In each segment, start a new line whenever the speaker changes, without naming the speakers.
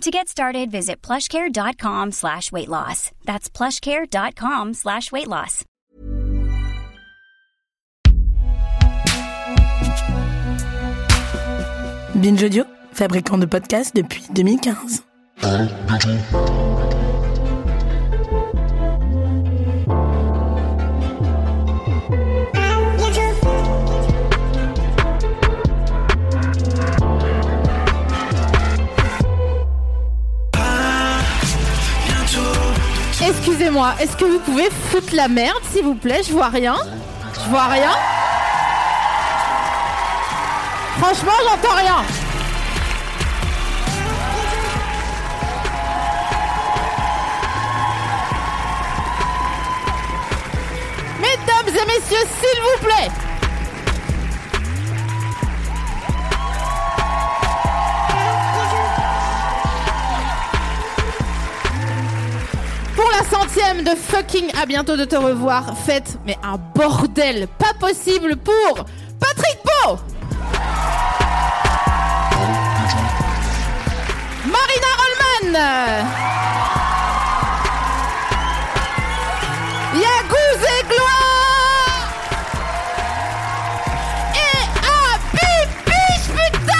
To get started, visit plushcare.com slash weight loss. That's plushcare.com slash weight loss.
Binge Audio, fabricant de podcasts depuis 2015.
Excusez-moi, est-ce que vous pouvez foutre la merde, s'il vous plaît Je vois rien. Je vois rien. Franchement, j'entends rien. Mesdames et messieurs, s'il vous plaît. Pour la centième de fucking à bientôt de te revoir, faites mais un bordel pas possible pour Patrick Beau, Marina Rollman, Yagouz et Gloire et Abby Biche, putain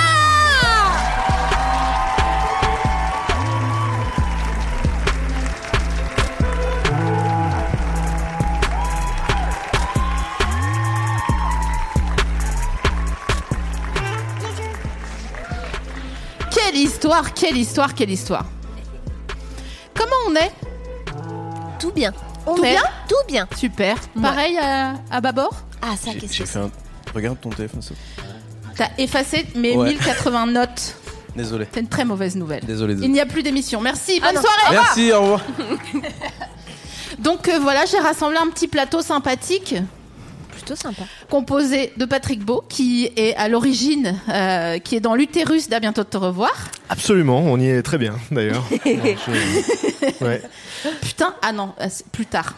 Quelle histoire, quelle histoire, quelle histoire. Comment on est
Tout bien.
On
tout
est-
bien Tout bien.
Super. Pareil à, à bâbord
Ah, ça,
J'ai-
qu'est-ce
J'ai
que
fait
c'est
un. Regarde ton téléphone, ça.
T'as effacé mes
Ouais.
1080 notes.
Désolé.
C'est une très mauvaise nouvelle.
Désolé.
Il
désolé.
n'y a plus d'émission. Merci, bonne
non.
soirée.
Merci, au revoir.
Donc euh, voilà, j'ai rassemblé un petit plateau sympathique
Plutôt sympa.
composé de Patrick Beau qui est à l'origine, euh, qui est dans l'utérus d'à bientôt de te revoir.
Absolument, on y est très bien d'ailleurs. Non, je- ouais.
Putain, ah non, euh, c'est plus tard.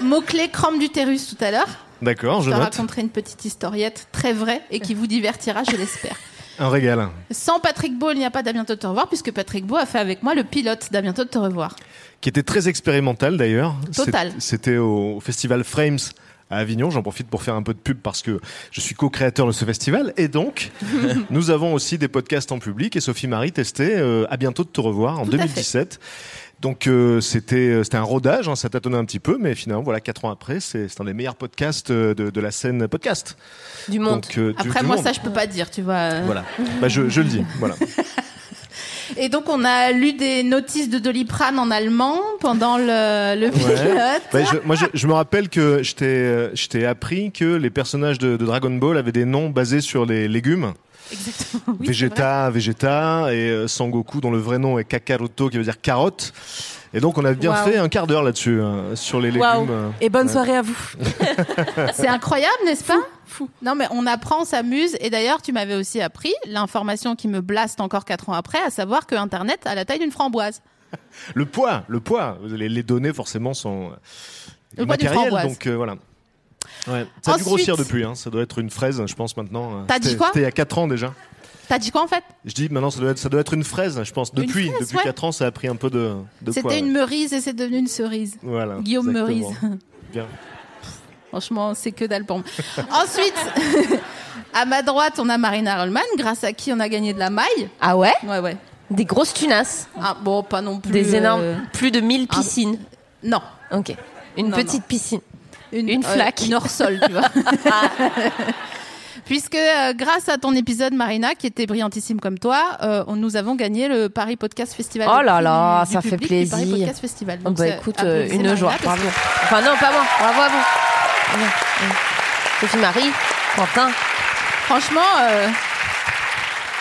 Mot-clé crampe d'utérus tout à l'heure.
D'accord, je
Je te
note.
raconterai une petite historiette très vraie et qui vous divertira, je l'espère.
Un régal.
Sans Patrick Beau, il n'y a pas d'à bientôt de te revoir, puisque Patrick Beau a fait avec moi le pilote d'à bientôt de te revoir.
Qui était très expérimental d'ailleurs.
Total.
C'est- C'était au festival Frames à Avignon. J'en profite pour faire un peu de pub parce que je suis co-créateur de ce festival. Et donc, nous avons aussi des podcasts en public. Et Sophie-Marie testait euh, À bientôt de te revoir en
Tout à fait.
2017. Donc euh, c'était euh, c'était un rodage, hein, ça tâtonnait un petit peu, mais finalement voilà quatre ans après, c'est c'est un des meilleurs podcasts euh, de, de la scène podcast.
Du monde.
Donc, euh, du-
Après,
du
moi,
monde.
ça, je peux pas dire, tu vois. euh.
Voilà, Bah, je, je le dis. Voilà.
Et donc, on a lu des notices de Doliprane en allemand pendant le, le
Ouais.
pilote.
Ouais, je, moi, je, je me rappelle que je t'ai, euh, je t'ai appris que les personnages de, de Dragon Ball avaient des noms basés sur les légumes.
Exactement. oui, c'est vrai.
Vegeta, Vegeta, et euh, Sangoku, dont le vrai nom est Kakaroto, qui veut dire carotte. Et donc, on a bien
Waouh.
fait un quart d'heure là-dessus, hein, sur les légumes. euh.
Et bonne soirée à vous.
C'est incroyable, n'est-ce pas Fou. Non, mais on apprend, on s'amuse. Et d'ailleurs, tu m'avais aussi appris l'information qui me blaste encore quatre ans après, à savoir que Internet a la taille d'une framboise.
Le poids, le poids. Les, les données, forcément, sont euh,
Le poids d'une
matérielles.
framboise.
Donc, euh, voilà. Ouais. Ça a
Ensuite-
dû grossir depuis, hein. ça doit être une fraise, je pense, maintenant. euh.
T'as dit
C'était-
quoi
C'était il y a 4 ans déjà.
T'as dit quoi en fait
Je dis maintenant, ça doit être, ça doit être une fraise, je pense.
Une
Depuis,
fraise,
depuis
ouais.
4 ans, ça a pris un peu de, de poids.
C'était
ouais.
une meurise et c'est devenu une cerise.
Voilà,
Guillaume
exactement.
Meurice.
Bien.
Franchement, c'est que dalle pour moi. Ensuite, à ma droite, on a Marina Rollman, grâce à qui on a gagné de la maille.
Ah ouais
Ouais, ouais.
Des grosses tunasses.
Ah, bon, pas non plus.
Des
euh,
énormes. Plus de 1000
ah.
piscines.
Non.
Ok. Une
Non,
petite
non.
piscine.
une
Une
flaque.
flaque.
une orsole, tu vois. Puisque euh, grâce à ton épisode, Marina, qui était brillantissime comme toi, euh, on- nous avons gagné le Paris Podcast Festival.
Oh
Le
là
prix
là,
du
ça fait
public du Paris
plaisir.
Podcast Festival.
Oh,
Donc,
bah
c'est-
écoute, euh,
applaudissez
une
Marina,
joie.
parce que-
Bravo. Enfin, non, pas moi. Bravo à vous. Bravo. Sophie Marie, Quentin.
Franchement, euh,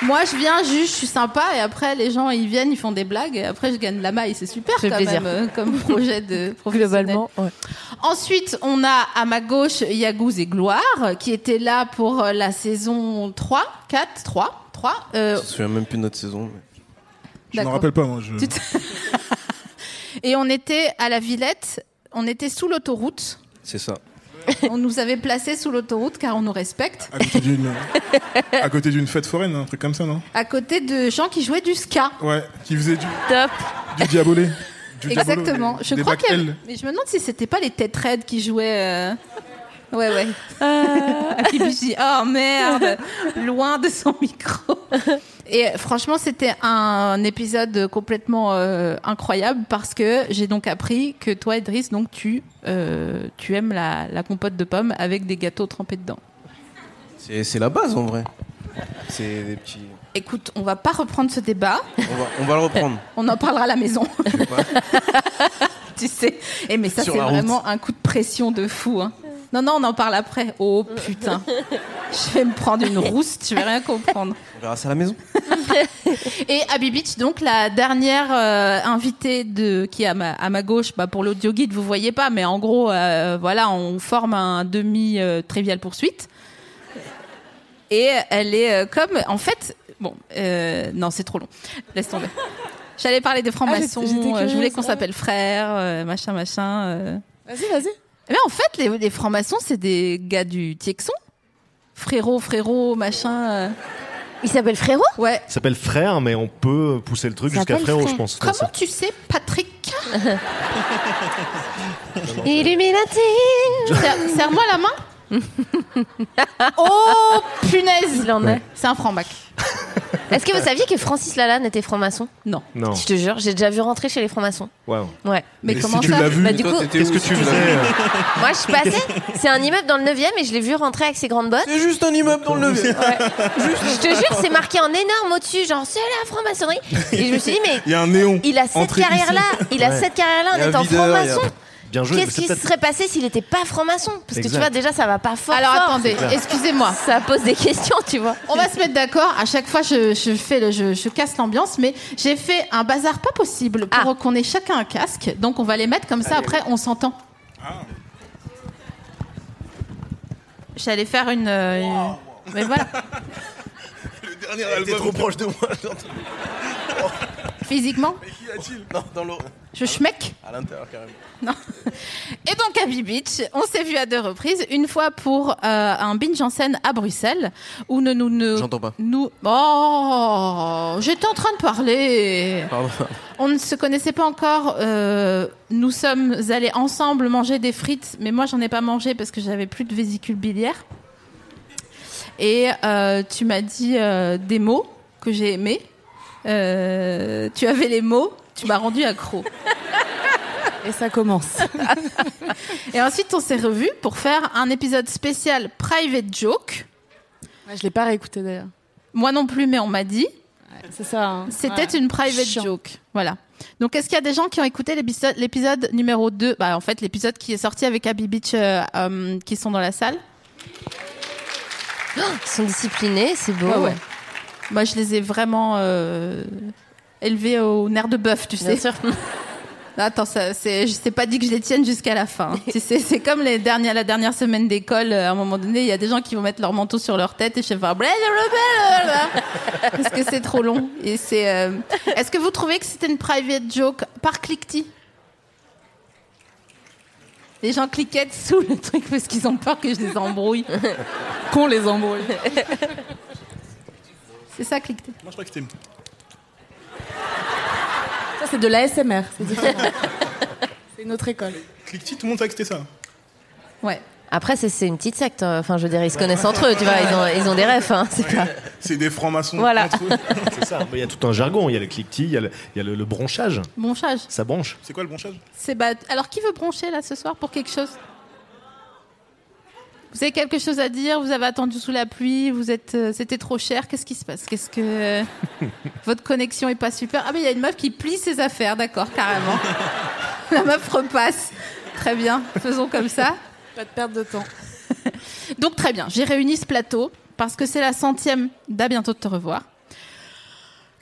Moi, je viens juste, je suis sympa, et après, les gens, ils viennent, ils font des blagues, et après, je gagne la maille. C'est super,
Ça fait
quand
plaisir.
même, euh, comme projet de professionnel.
Globalement, ouais.
Ensuite, on a à ma gauche Yagouz et Gloire, qui étaient là pour euh, la saison 3, 4, 3, 3. euh,
Je me souviens même plus de notre saison. mais-
Je m'en
d'accord.
rappelle pas, moi. Je...
Tu te- Et on était à la Villette, on était sous l'autoroute.
C'est ça.
On nous avait placés sous l'autoroute car on nous respecte,
À côté d'une- à côté d'une fête foraine, un truc comme ça, non
à côté de gens qui jouaient du ska.
Ouais, qui faisait du,
Top.
du diabolé. Du diabolo,
Exactement.
des-
Je
des
crois
bacs
qu'il y avait...
L.
Mais je me demande si c'était pas les têtes raides qui jouaient. euh, Ouais, ouais. À Kibichi. Oh merde Loin de son micro. Et euh, franchement, c'était un épisode complètement euh, incroyable parce que j'ai donc appris que toi, Idriss, donc tu, euh, tu aimes la, la compote de pommes avec des gâteaux trempés dedans.
C'est c'est la base en vrai. C'est des petits.
Écoute, on va pas reprendre ce débat.
On va, on va le reprendre.
On en parlera à la maison.
Je sais pas.
tu sais. Et mais ça, c'est
Sur la route.
vraiment un coup de pression de fou. hein. Non, non, on en parle après. Oh putain. Je vais me prendre une rousse, tu vas rien comprendre.
On verra ça à la maison.
Et Abby Beach, donc la dernière euh, invitée de qui est à ma, à ma gauche, bah, pour l'audio guide, vous voyez pas, mais en gros, euh, voilà, on forme un demi euh, trivial poursuite. Et elle est euh, comme, en fait, bon, euh, non, c'est trop long. Laisse tomber. J'allais parler des francs-maçons.
Ah, j'étais- j'étais
euh, je voulais
curieuse,
qu'on
ouais.
s'appelle frère, euh, machin, machin. euh.
Vas-y, vas-y.
Mais en fait, les, les francs-maçons, c'est des gars du Tiexon. Frérot, frérot, machin. euh.
Il s'appelle Frérot
Ouais.
Ça s'appelle frère, mais on peut pousser le truc
Ça
jusqu'à
s'appelle
frérot,
frère.
je pense.
Comment tu sais, Patrick
Illuminati
Serre- Serre-moi la main. oh punaise
Il en est.
C'est un franc bac.
Est-ce que vous saviez que Francis Lalanne était franc-maçon
Non.
Non.
Je te jure, j'ai déjà vu rentrer chez les francs-maçons.
Waouh.
Ouais.
Mais,
Mais
comment
si tu
ça
l'as vu,
Bah, du
Toi,
coup,
t'étais
Qu'est-ce
où,
que
si
tu
l'as
faisais
vu
euh,
moi, je suis passée. C'est un immeuble dans le 9 e et je l'ai vu rentrer avec ses grandes bottes.
C'est juste un immeuble dans le levier.
Je te jure, c'est marqué en énorme au-dessus, genre c'est la franc-maçonnerie. Et je me suis dit, mais
Il y a un néon.
il a cette
Entrée ici.
carrière-là, il a
Ouais.
cette carrière-là
Il y
en
a un
étant
videur,
franc-maçon.
il y
Bien joué. mais
Qu'est-ce
c'est
qui se
peut-être-
serait passé s'il n'était pas franc-maçon Parce que tu
Exact.
vois, déjà, ça va pas fort.
Alors
fort.
attendez, excusez-moi.
Ça pose des questions, tu vois.
On va se mettre d'accord. À chaque fois, je, je fais le, je, je casse l'ambiance, mais j'ai fait un bazar pas possible pour
Ah.
qu'on ait chacun un casque. Donc on va les mettre comme ça. après, on s'entend. Ah. J'allais faire une. euh, une- Mais voilà.
Ah, T'es trop proche de moi.
Physiquement,
Qu'y a-t-il Non, dans l'eau.
je schmec.
À l'intérieur, carrément.
Et donc à Bibitch, on s'est vu à deux reprises. Une fois pour euh, un binge en scène à Bruxelles, où nous nous nous.
J'entends pas.
Nous. Oh, j'étais en train de parler.
Pardon.
On ne se connaissait pas encore. euh, nous sommes allés ensemble manger des frites, mais moi j'en ai pas mangé parce que j'avais plus de vésicule biliaire. Et euh, tu m'as dit euh, des mots que j'ai aimés. Euh, tu avais les mots, tu m'as rendu accro.
Et ça commence.
Et ensuite, on s'est revus pour faire un épisode spécial Private Joke.
je l'ai pas réécouté d'ailleurs.
Moi non plus, mais on m'a dit.
C'est ça. hein.
C'était une private
Chiant.
joke. Voilà. Donc, est-ce qu'il y a des gens qui ont écouté l'épisode- l'épisode numéro 2 bah, En fait, l'épisode qui est sorti avec Abby Beach euh, euh, qui sont dans la salle.
Ils sont disciplinés, c'est beau.
Ouais, ouais. Moi, je les ai vraiment euh, élevés au nerf de bœuf, tu sais.
Bien sûr.
Non, Attends, ça, c'est, je t'ai pas dit que je les tienne jusqu'à la fin. hein. tu sais, c'est comme les dernières, la dernière semaine d'école. euh, À un moment donné, il y a des gens qui vont mettre leur manteau sur leur tête et je vais faire blablabla. parce que c'est trop long. Et c'est. euh, Est-ce que vous trouvez que c'était une private joke par cliquetis Les gens cliquettent sous le truc parce qu'ils ont peur que je les embrouille.
Qu'on les embrouille.
C'est ça, cliquetis.
Moi, je crois que c'était.
Ça, c'est de l'ASMR. C'est différent. c'est une autre école.
Cliquetis, tout le monde savait que c'était ça.
Ouais.
Après, c'est- c'est une petite secte. euh, Enfin, je veux dire, ils se connaissent entre eux, tu vois. Ils ont, ils ont des refs. hein, c'est pas-
C'est des francs-maçons.
Voilà.
entre eux.
C'est ça. Mais Il y a tout un jargon. Il y a le cliquetis, il y a le, il y a le- le bronchage.
Bronchage.
Ça branche.
C'est quoi le bronchage
C'est bah- Alors, qui veut broncher là ce soir pour quelque chose Vous avez quelque chose à dire Vous avez attendu sous la pluie Vous êtes, euh, c'était trop cher Qu'est-ce qui se passe Qu'est-ce que votre connexion est pas super Ah mais il y a une meuf qui plie ses affaires, d'accord, carrément. la meuf repasse. Très bien, faisons comme ça.
Pas de perte de temps.
Donc très bien, j'ai réuni ce plateau parce que c'est la centième d'à bientôt de te revoir.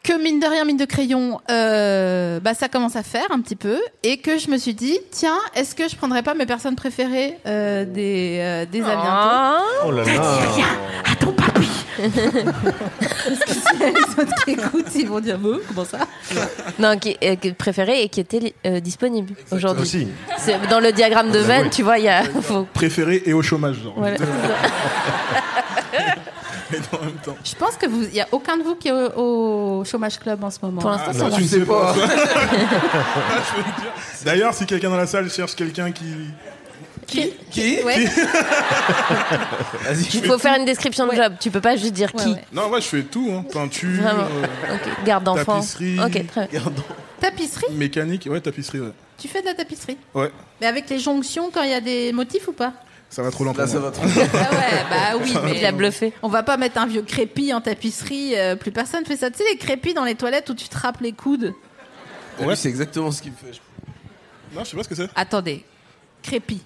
que mine de rien, mine de crayon, euh, bah, ça commence à faire un petit peu. Et que je me suis dit, tiens, est-ce que je prendrais pas mes personnes préférées euh, des, euh, des
Ah.
Avientons
Oh là là
Parce que si les autres qui écoutent, ils vont dire, bon, comment ça
Non, qui euh, qui- préféré et qui était euh, disponible aujourd'hui.
Aussi. Ah
C'est- Dans le diagramme de Venn, tu vois, il y a. faut-
Préféré et au chômage, genre.
voilà.
Mais en même temps.
Je pense que vous, il y a aucun de vous qui est au, au chômage club en ce moment.
Pour l'instant,
Ah,
ça va.
tu ne sais pas. Là, je peux le dire. D'ailleurs, si quelqu'un dans la salle cherche quelqu'un qui.
Qui-
Qui
Ouais.
Il faut faire une description de
Ouais.
job. Tu peux pas juste dire
Ouais,
qui.
ouais.
Non, moi, je fais tout. Hein. Peinture,
Vraiment.
euh,
Ok, Garde d'enfant.
tapisserie.
Ok, très bien.
Tapisserie
mécanique. Ouais, tapisserie, ouais.
Tu fais de la tapisserie
Ouais,
Mais avec les jonctions quand il y a des motifs ou pas
ça va trop lent.
Là,
pour
ça
moi.
va trop.
Ah ouais, bah oui, mais
Il a bluffé.
On va pas mettre un vieux crépi en tapisserie, euh, plus personne fait ça. Tu sais, les crépis dans les toilettes où tu te râpes les coudes.
T'as vu, c'est exactement ce qu'il me fait. je-
Non, je sais pas ce que c'est.
Attendez, crépi.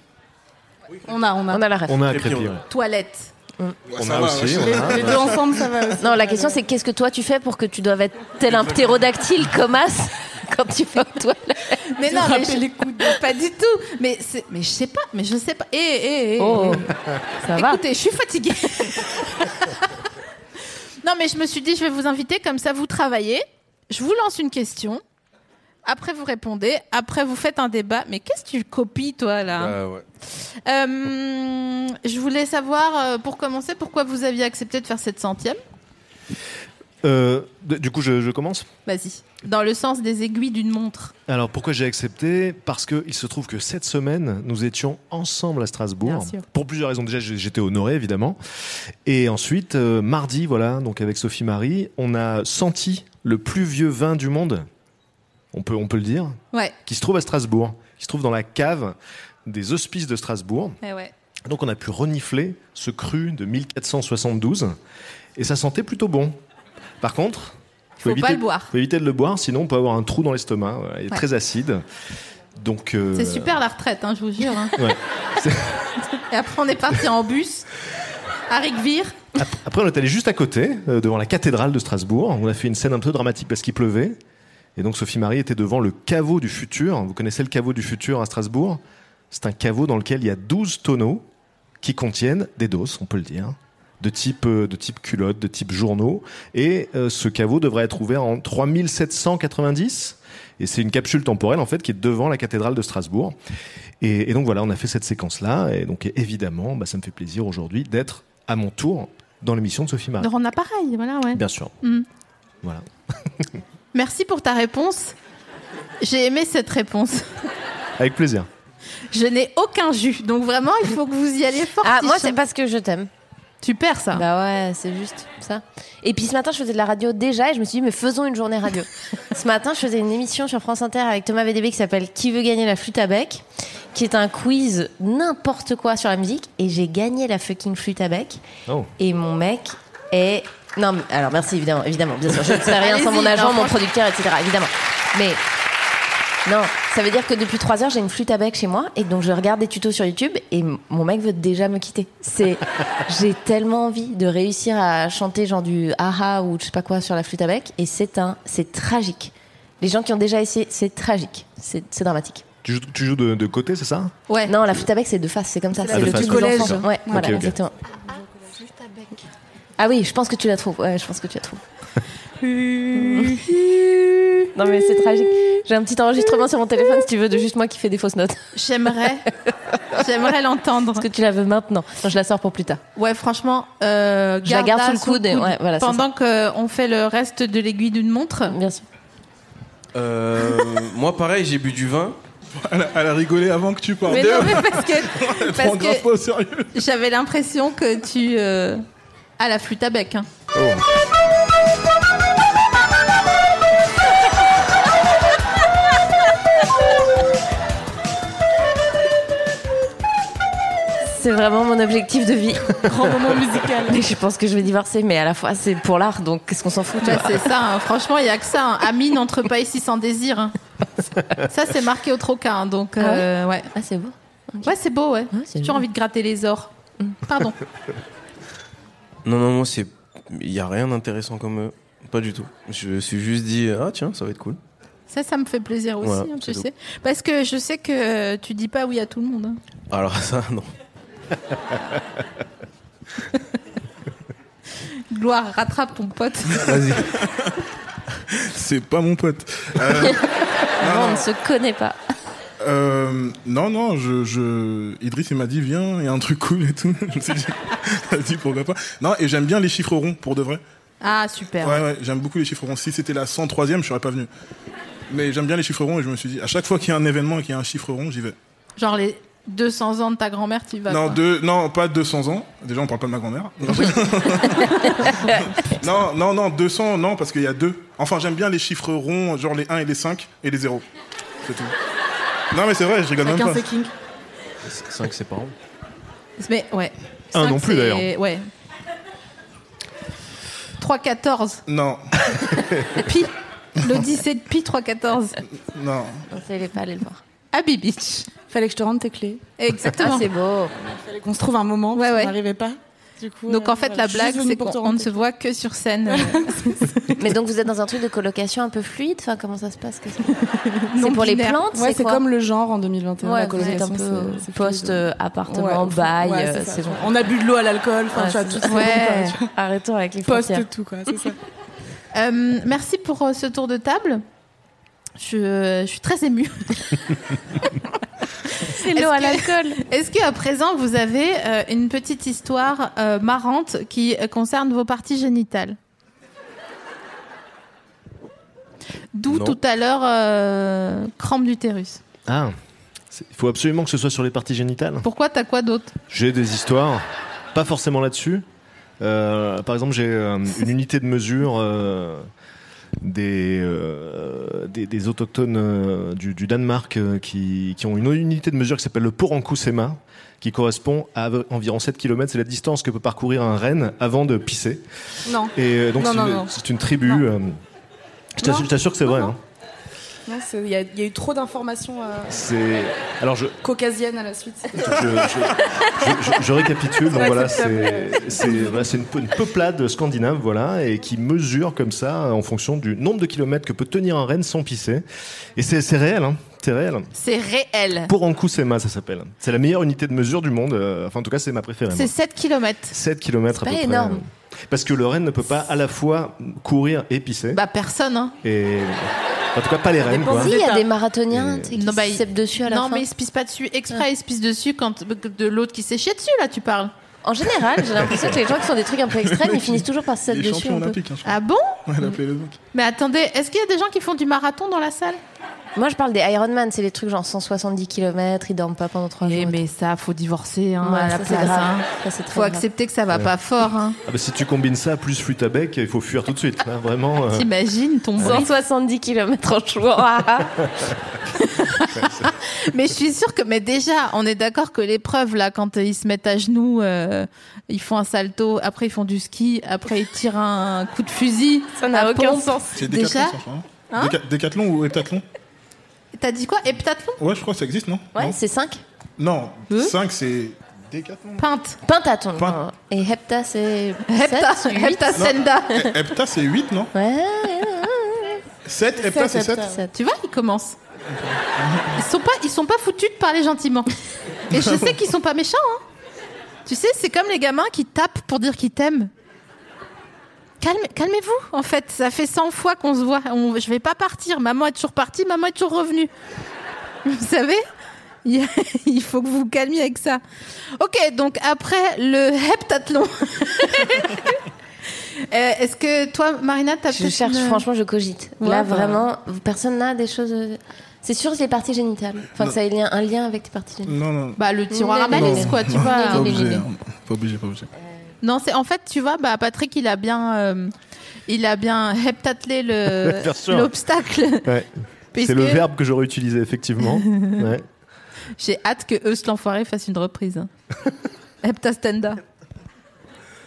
On a, on a.
On a la ref.
On a un
Et puis,
crépi,
on-
ouais.
Toilette.
On
ça
a
va,
aussi,
Ah, ouais.
on a.
Les deux ensemble, ça va aussi.
Non, la question c'est qu'est-ce que toi tu fais pour que tu doives être tel un ptérodactyle comme As quand tu vas aux toilettes
Mais non, mais
râpes
je... les coudes. Pas du tout. Mais c'est, mais je sais pas, mais je sais pas. Eh, eh, eh.
Oh, ça va.
Écoutez, je suis fatiguée. non, mais je me suis dit, je vais vous inviter, comme ça vous travaillez. Je vous lance une question. Après, vous répondez. Après, vous faites un débat. Mais qu'est-ce que tu copies, toi, là
Ah ouais.
Euh, Je voulais savoir, euh, pour commencer, pourquoi vous aviez accepté de faire cette centième
Euh, d- du coup, je- je commence
Vas-y. Dans le sens des aiguilles d'une montre.
Alors pourquoi j'ai accepté Parce qu'il se trouve que cette semaine, nous étions ensemble à Strasbourg. Pour plusieurs raisons. Déjà, j'ai- j'étais honoré, évidemment. Et ensuite, euh, mardi, voilà, donc avec Sophie Marie, on a senti le plus vieux vin du monde, on peut, on peut le dire,
Ouais,
qui se trouve à Strasbourg, qui se trouve dans la cave des hospices de Strasbourg.
eh ouais.
Donc on a pu renifler ce cru de 1472 et ça sentait plutôt bon. Par contre,
Faut pas le boire.
faut éviter de le boire, sinon on peut avoir un trou dans l'estomac. voilà, il est
Ouais.
très acide. Donc euh,
C'est super la retraite, hein, je vous jure. hein.
ouais. C'est-
Et après, on est parti en bus à Ricvire.
Ap- Après, on est allé juste à côté, euh, devant la cathédrale de Strasbourg. On a fait une scène un peu dramatique parce qu'il pleuvait. Et donc Sophie Marie était devant le caveau du futur. Vous connaissez le caveau du futur à Strasbourg C'est un caveau dans lequel il y a 12 tonneaux qui contiennent des doses, on peut le dire, de type, euh, de type culotte, de type journaux. Et euh, ce caveau devrait être ouvert en 3790. Et c'est une capsule temporelle, en fait, qui est devant la cathédrale de Strasbourg. Et, et donc voilà, on a fait cette séquence-là. Et donc évidemment, bah, ça me fait plaisir aujourd'hui d'être à mon tour dans l'émission de Sophie Marie.
Dans un appareil, voilà, ouais.
Bien sûr.
Mm.
Voilà.
Merci pour ta réponse. J'ai aimé cette réponse.
Avec plaisir.
Je n'ai aucun jus, donc vraiment, il faut que vous y alliez fort.
Ah,
si
moi
je-
c'est parce que je t'aime.
Tu perds ça.
Bah ouais, c'est juste ça. Et puis ce matin, je faisais de la radio déjà et je me suis dit, mais faisons une journée radio. ce matin, je faisais une émission sur France Inter avec Thomas VDB qui s'appelle Qui veut gagner la flûte à bec qui est un quiz n'importe quoi sur la musique et j'ai gagné la fucking flûte à bec
Oh.
et mon mec est. Non, mais- alors merci évidemment, évidemment, bien sûr, je ne fais rien sans
Allez-y,
mon agent, mon
non, franchement.
producteur, etc. Évidemment. Mais non, ça veut dire que depuis trois heures, j'ai une flûte à bec chez moi et donc je regarde des tutos sur YouTube et m- mon mec veut déjà me quitter. C'est, j'ai tellement envie de réussir à chanter genre du aha ou je sais pas quoi sur la flûte à bec et c'est un, c'est tragique. Les gens qui ont déjà essayé, c'est tragique, c'est c'est dramatique.
Tu joues, tu joues de, de côté, c'est ça
Ouais.
Non, la flûte à bec, c'est de face, c'est comme ça,
Eh. C'est
c'est
la
le
flûte
truc
du
des
collège.
enfants. Ouais, voilà,
ok.
exactement. Ah oui, je pense que tu la trouves. Ouais, je pense que tu la trouves. Non mais c'est tragique. J'ai un petit enregistrement sur mon téléphone si tu veux de juste moi qui fais des fausses notes.
J'aimerais, j'aimerais l'entendre.
Est-ce que tu la veux maintenant Non, je la sors pour plus tard.
Ouais, franchement, euh,
Je la garde sous le coude et- ouais, voilà, c'est
pendant qu'on fait le reste de l'aiguille d'une montre.
Bien sûr.
Euh, moi, pareil, j'ai bu du vin.
Elle, a- elle a rigolé avant que tu parles.
Mais non, mais parce que,
Elle
parce
prend grave
que
pas au sérieux.
j'avais l'impression que tu euh, à la flûte à bec. hein.
C'est vraiment mon objectif de vie. Grand moment musical. Mais je pense que je vais divorcer, mais à la fois c'est pour l'art, donc qu'est-ce qu'on s'en fout tu
Bah,
vois.
c'est ça, hein. franchement, il n'y a que ça. hein. Ami n'entre pas ici sans désir. hein. Ça, c'est marqué au troca. hein, donc, euh, ouais.
Ah c'est beau.
Ouais, c'est beau, ouais.
Ouais, c'est
J'ai
beau.
envie de gratter les ors. Pardon.
Non, non, moi, c'est. Il n'y a rien d'intéressant comme. euh, Pas du tout. Je me suis juste dit, ah tiens, ça va être cool.
Ça, ça me fait plaisir aussi,
Voilà,
hein, tu
c'est tout.
sais. Parce que je sais que euh, tu dis pas oui à tout le monde. hein.
Alors ça, non.
Gloire, rattrape ton pote.
Vas-y.
C'est pas mon pote.
on ne se connaît pas.
Euh, non, non, je, je... Idriss, il m'a dit, viens, il y a un truc cool et tout. je me suis dit, vas-y, pourquoi pas. Non, et j'aime bien les chiffres ronds, pour de vrai.
Ah, super.
Ouais, ouais, j'aime beaucoup les chiffres ronds. Si c'était la 103e, je serais pas venu. Mais j'aime bien les chiffres ronds et je me suis dit, à chaque fois qu'il y a un événement et qu'il y a un chiffre rond, j'y vais.
Genre les 200 ans de ta grand-mère, tu y vas.
Non,
quoi.
deux, non, pas 200 ans. Déjà, on parle pas de ma grand-mère. non, non, non, 200, non, parce qu'il y a deux. Enfin, j'aime bien les chiffres ronds, genre les 1 et les 5 et les 0. C'est tout. Non, mais c'est vrai, je rigole même
Chacun
pas.
ses kinks.
5 c'est pas rond.
Mais ouais.
Un
Cinq,
non plus,
c'est-
d'ailleurs.
Ouais. 3-14.
Non,
Pi. L'Odyssée de Pi 3-14.
non.
Il est pas allé le voir.
Abbey Beach.
Fallait que je te rende tes clés.
Ah,
Exactement.
c'est beau.
Fallait qu'on se trouve un moment parce
Ouais,
qu'on
ouais.
n'arrivait pas. Du coup,
Donc
euh,
en fait,
voilà,
la
je suis
blague,
venue
c'est
pour te
qu'on on
rendre
ne se voit que sur scène.
Mais donc vous êtes dans un truc de colocation un peu fluide enfin, Comment ça se passe Qu'est-ce que-
Non
C'est pour les
binaire.
plantes
Ouais, c'est
quoi
comme le genre en 2021. la
Ouais, vous êtes
colocation,
un
c'est-
peu
c'est fluide.
post-appartement,
Ouais,
bail,
ouais,
euh,
ça.
c'est bon.
On a bu de l'eau à l'alcool, enfin,
Ouais,
tu vois,
c'est
tout
ça.
ce qu'on fait,
Ouais.
tu vois.
Arrêtons avec les frontières.
Poste tout, quoi, c'est ça.
Euh, merci pour euh, ce tour de table. Je, je suis très émue.
C'est
l'eau à
l'alcool.
Est-ce qu'à présent, vous avez euh, une petite histoire euh, marrante qui euh, concerne vos parties génitales D'où
Non.
tout à l'heure, euh, crampe d'utérus.
Ah. C'est- Il faut absolument que ce soit sur les parties génitales.
Pourquoi t'as quoi d'autre
J'ai des histoires, pas forcément là-dessus. Euh, par exemple, j'ai euh, une unité de mesure euh, des, euh, des, des autochtones euh, du, du Danemark euh, qui, qui ont une unité de mesure qui s'appelle le Porankusema, qui correspond à av- environ 7 km. C'est la distance que peut parcourir un renne avant de pisser.
Non.
Et euh, donc,
Non,
c'est
non,
une-
non.
c'est une tribu.
Non.
euh, je t'assure-
Non.
je t'assure que c'est
Non,
vrai.
non.
hein.
Non, c'est- Il y, a- il y a eu trop d'informations euh,
C'est- Alors, je,
caucasiennes à la suite.
je, je- je- je récapitule. Donc
Ouais,
voilà,
c'est
c'est c'est- voilà, c'est une, peu- une peuplade scandinave, voilà, et qui mesure comme ça en fonction du nombre de kilomètres que peut tenir un renne sans pisser. Et c'est c'est réel, hein, c'est réel.
C'est réel.
Pour Ankusema, ça s'appelle. C'est la meilleure unité de mesure du monde. euh, Enfin, en tout cas, c'est ma préférée. moi.
C'est 7 km.
7 kilomètres à
C'est
peu
pas
près. euh,
énorme.
Parce que le renne ne peut pas à la fois courir et pisser.
Bah personne, hein.
Et en tout cas, pas les rennes, quoi.
Si, il y a
État.
des marathoniens tu sais, qui
Non, bah,
se
il-
sapent dessus à la
non,
fin.
mais ils se pissent pas dessus exprès, ils se pissent dessus quand de l'autre qui s'est chié dessus, là, tu parles.
En général, j'ai l'impression que les gens qui font des trucs un peu extrêmes, ils finissent toujours par se sapent
Les
dessus
champions
un peu.
olympiques, hein, je crois.
Ah bon
Ouais, elle appelait les autres.
Mais attendez, est-ce qu'il y a des gens qui font du marathon dans la salle
Moi, je parle des Ironman, c'est les trucs genre 170 km, ils dorment pas pendant 3 jours.
Eh, mais ça, faut divorcer hein,
Ouais,
à la
ben, ça, c'est
place.
grave.
hein.
Ça, c'est très
Faut
grave.
accepter que ça va pas fort. Hein.
Ah bah, si tu combines ça plus flûte à bec, il faut fuir tout de suite. hein, vraiment. euh.
T'imagines ton bras.
170 km en jouant.
Mais je suis sûre que, mais déjà, on est d'accord que l'épreuve là, quand euh, ils se mettent à genoux, euh, ils font un salto, après ils font du ski, après ils tirent un coup de fusil.
Ça n'a
à
aucun
pompe.
sens.
C'est
Déjà
décathlon, ça, je crois. hein. Déca- décathlon ou heptathlon
T'as dit quoi Heptathlon
Ouais, je crois que ça existe, non
Ouais,
Non.
c'est 5.
Non, 5, c'est. Décathlon
Peinte.
Pentaton.
Pin-
Et hepta, c'est.
Hepta.
sept, huit.
Hepta senda.
Eh, Hepta, c'est 8, non
Ouais, ouais,
7, hepta, c'est 7
hepta.
ouais.
Tu vois, ils commencent. Ils sont pas, ils sont pas foutus de parler gentiment. Et je sais qu'ils sont pas méchants. hein. Tu sais, c'est comme les gamins qui tapent pour dire qu'ils t'aiment. Calme, calmez-vous, en fait. Ça fait 100 fois qu'on se voit. On- je vais pas partir. Maman est toujours partie, maman est toujours revenue. Vous savez il, y a- il faut que vous vous calmiez avec ça. Ok, donc après le heptathlon. Euh, Est-ce que toi, Marina, t'as
Je
peut-être
cherche,
une- euh,
franchement, je cogite.
Ouais,
Là,
bah.
vraiment, personne n'a des choses. euh, C'est sûr que les parties génitales. Enfin, que ça ait lien- un lien avec tes parties génitales.
Non, non.
Bah, le tiroir à
Non.
malice, quoi, tu vois.
Pas
les-
obligé,
les-
hein. pas obligé, pas obligé.
Non, c'est en fait, tu vois, bah, Patrick, il a bien, euh, il a bien heptathlé le
Bien sûr.
l'obstacle.
Ouais.
Puisque
C'est le verbe que j'aurais utilisé, effectivement. Ouais.
J'ai hâte que Eus l'enfoiré fasse une reprise. hein. Heptastenda.
Mm.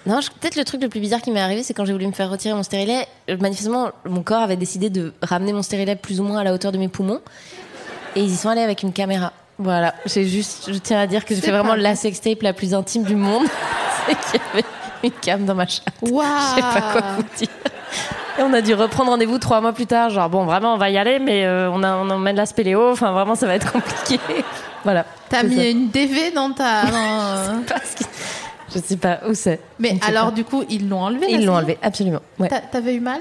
Non, je- peut-être le truc le plus bizarre qui m'est arrivé, c'est quand j'ai voulu me faire retirer mon stérilet. euh, Manifestement, mon corps avait décidé de ramener mon stérilet plus ou moins à la hauteur de mes poumons. Et ils y sont allés avec une caméra. Voilà, j'ai juste, je tiens à dire que j'ai
C'est
fait vraiment
pas-
la sextape la plus intime du monde. c'est qu'il y avait une cam dans ma chatte.
Waouh.
Je sais pas quoi vous dire. Et on a dû reprendre rendez-vous trois mois plus tard. Genre, bon, vraiment, on va y aller, mais euh, on, a, on emmène la spéléo. Enfin, vraiment, ça va être compliqué. voilà.
T'as
C'est
mis
ça.
une DV dans ta. dans, euh,
Parce que- Je sais pas où c'est. Je
Mais
ne sais
alors,
pas.
du coup, ils l'ont enlevé.
Ils
la
l'ont
série
enlevé, absolument. Ouais.
T'a- T'avais eu mal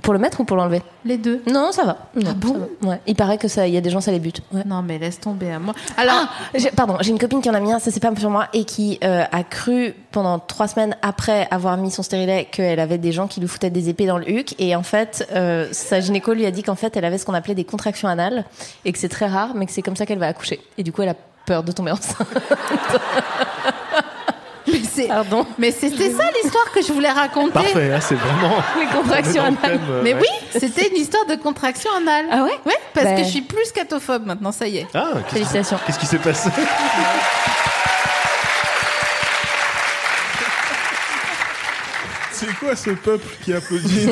Pour le mettre ou pour l'enlever
Les deux
Non, ça va. Non,
Ah bon
ça va. Ouais. Il paraît que ça, il y a des gens, ça les bute. Ouais.
Non, mais laisse tomber à moi. Alors,
Mm. Ah, j'ai- pardon, j'ai une copine qui en a mis un, ça c'est pas sur moi, et qui euh, a cru pendant trois semaines après avoir mis son stérilet qu'elle avait des gens qui lui foutaient des épées dans le huc, et en fait, euh, sa gynéco lui a dit qu'en fait elle avait ce qu'on appelait des contractions anales, et que c'est très rare, mais que c'est comme ça qu'elle va accoucher. Et du coup, elle a peur de tomber enceinte.
mais c'est-
Pardon.
mais c'était ça l'histoire que je voulais raconter.
Parfait, hein, c'est vraiment.
Les
on est
contractions
dans le
anales.
thème, euh,
Mais
ouais.
oui, c'était une histoire de contraction anale.
Ah ouais
Ouais, Bah. parce
Ben.
que je suis plus catophobe maintenant, ça y est.
Ah, qu'est-ce qui-
Félicitations.
Qu'est-ce qui s'est passé
C'est quoi ce peuple qui applaudit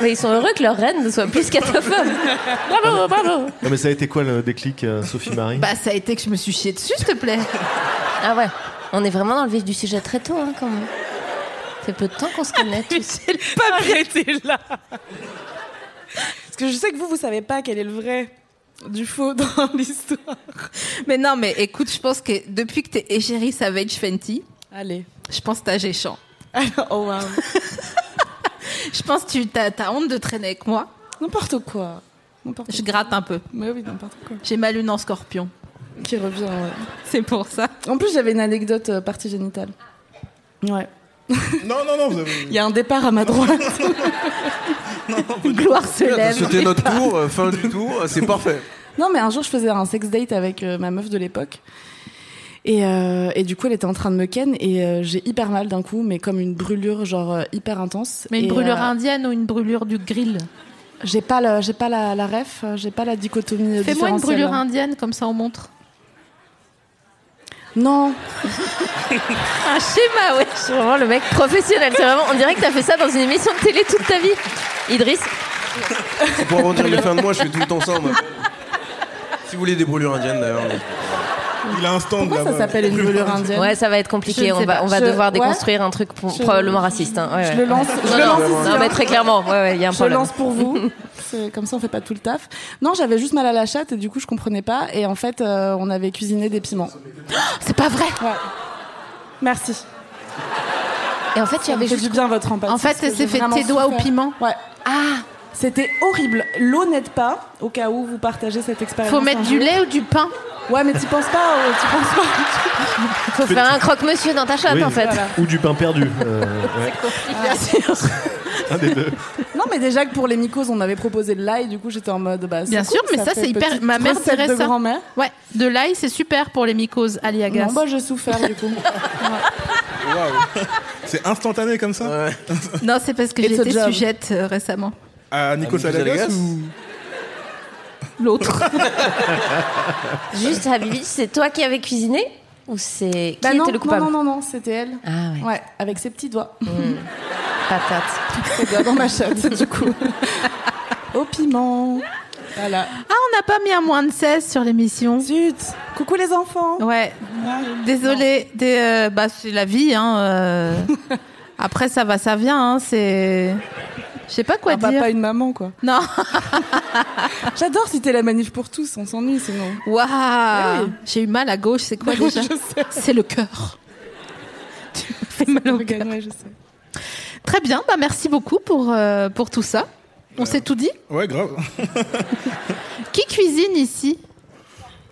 Mais ils sont heureux que leur reine ne soit plus catophobe. bravo, bravo.
Non, mais ça a été quoi le déclic, euh, Sophie Marie
Bah, ça a été que je me suis chiée dessus, s'il te plaît.
Ah ouais, on est vraiment dans le vif du sujet très tôt, hein, quand même. Ça fait peu de temps qu'on se connaît. tous.
Pas arrêtez là. Parce que je sais que vous, vous savez pas quel est le vrai du faux dans l'histoire.
Mais non, mais écoute, je pense que depuis que t'es égérie Savage Fenty,
Allez.
je pense que t'as géchant.
Alors, oh wow.
Je pense que tu t'as t'as honte de traîner avec moi.
N'importe quoi. N'importe
Je
quoi.
gratte un peu.
Mais oui, n'importe quoi.
J'ai mal une en scorpion.
Qui revient. ouais.
C'est pour ça.
En plus, j'avais une anecdote euh, partie génitale. Ouais.
Non, non, non, vous avez.
Il y a un départ à ma droite.
Gloire se lève.
C'était notre tour, euh, fin du tour, euh, c'est parfait.
Non, mais un jour, je faisais un sex date avec euh, ma meuf de l'époque. Et, euh, et du coup, elle était en train de me ken et euh, j'ai hyper mal d'un coup, mais comme une brûlure genre euh, hyper intense.
Mais une
Et,
brûlure hein.
euh,
indienne ou une brûlure du grill
J'ai pas le, j'ai pas la, la ref, euh, j'ai pas la dichotomie. euh,
Fais-moi une
différentielle.
brûlure hein. indienne, comme ça on montre.
Non.
Un schéma, ouais. Je suis vraiment le mec professionnel. C'est vraiment, on dirait que t'as fait ça dans une émission de télé toute ta vie. Idriss,
C'est Pour arrondir les fins de mois, je fais tout le temps ça. on m'appelle. Si vous voulez des brûlures indiennes d'ailleurs. mais-
Il a un stand
Pourquoi ça
là-bas.
s'appelle une brûlure indienne
ouais, ça va être
Je
compliqué.
ne sais
On va,
pas.
on va
Je-
devoir
ouais.
déconstruire un truc pour-
Je-
probablement raciste. hein. Ouais,
Je
ouais.
le lance.
Non,
je le
non,
lance. ici,
non, mais
hein.
très clairement. Ouais, ouais, il y a un
Je
problème.
lance pour vous. C'est- Comme ça, on fait pas tout le taf. Non, j'avais juste mal à la chatte et du coup, je comprenais pas. Et en fait, euh, on avait cuisiné des piments.
C'est pas vrai
Ouais. Merci.
Et en fait, tu
Ça me
avais
fait
juste.
du bien votre empathie.
En fait,
parce que
elle s'est
j'ai
fait
vraiment
tes doigts au
souffert.
piment.
Ouais.
Ah
C'était horrible. L'eau n'aide pas, au cas où vous partagez cette expérience.
Euh, Faut
un
mettre du
jour.
lait ou du pain
Ouais, mais tu penses pas, euh, tu penses pas.
Faut faire un croque-monsieur dans ta chatte,
Oui.
en fait.
Ou du pain perdu euh, ouais,
Bien sûr.
Un des deux.
Non, mais déjà que pour les mycoses, on m'avait proposé de l'ail, du coup j'étais en mode. Bah, c'est
Bien
cool,
sûr, mais ça,
fait
c'est hyper-
petite
ma mère
recette
dirait
de
ça.
grand-mère.
Ouais, de l'ail, c'est super pour les mycoses aliagas.
Non, bah j'ai souffert du coup.
C'est instantané comme ça
Ouais.
Non, c'est parce que
It's a
j'étais
job.
sujette euh, récemment.
À
Nico
Nico Salagas
Salagas
ou...
L'autre.
Juste, Habibi, c'est toi qui avais cuisiné ou c'est. Qui
bah
était
non,
le
non,
coupable
non, non, non, c'était elle.
Ah ouais,
Ouais, avec ses petits doigts.
Mm.
patate.
Ses doigts dans ma chatte, du coup. Au piment. Voilà.
Ah, on n'a pas mis un moins de 16 sur l'émission.
Zut. Coucou les enfants.
Ouais, désolé. Des, euh, bah, c'est la vie. Hein, euh. Après, ça va, ça vient. Hein, c'est. Je sais pas quoi
Un
dire.
papa, Ah, bah, une maman, quoi.
Non.
J'adore citer la manif pour tous, on s'ennuie sinon.
Waouh.
Eh oui.
J'ai eu mal à gauche. C'est quoi déjà
Je sais.
C'est le cœur. Tu me fais mal au cœur.
Organe, ouais, je sais.
Très bien. Bah, merci beaucoup pour euh, pour tout ça. On s'est tout dit.
Ouais, grave.
Qui cuisine ici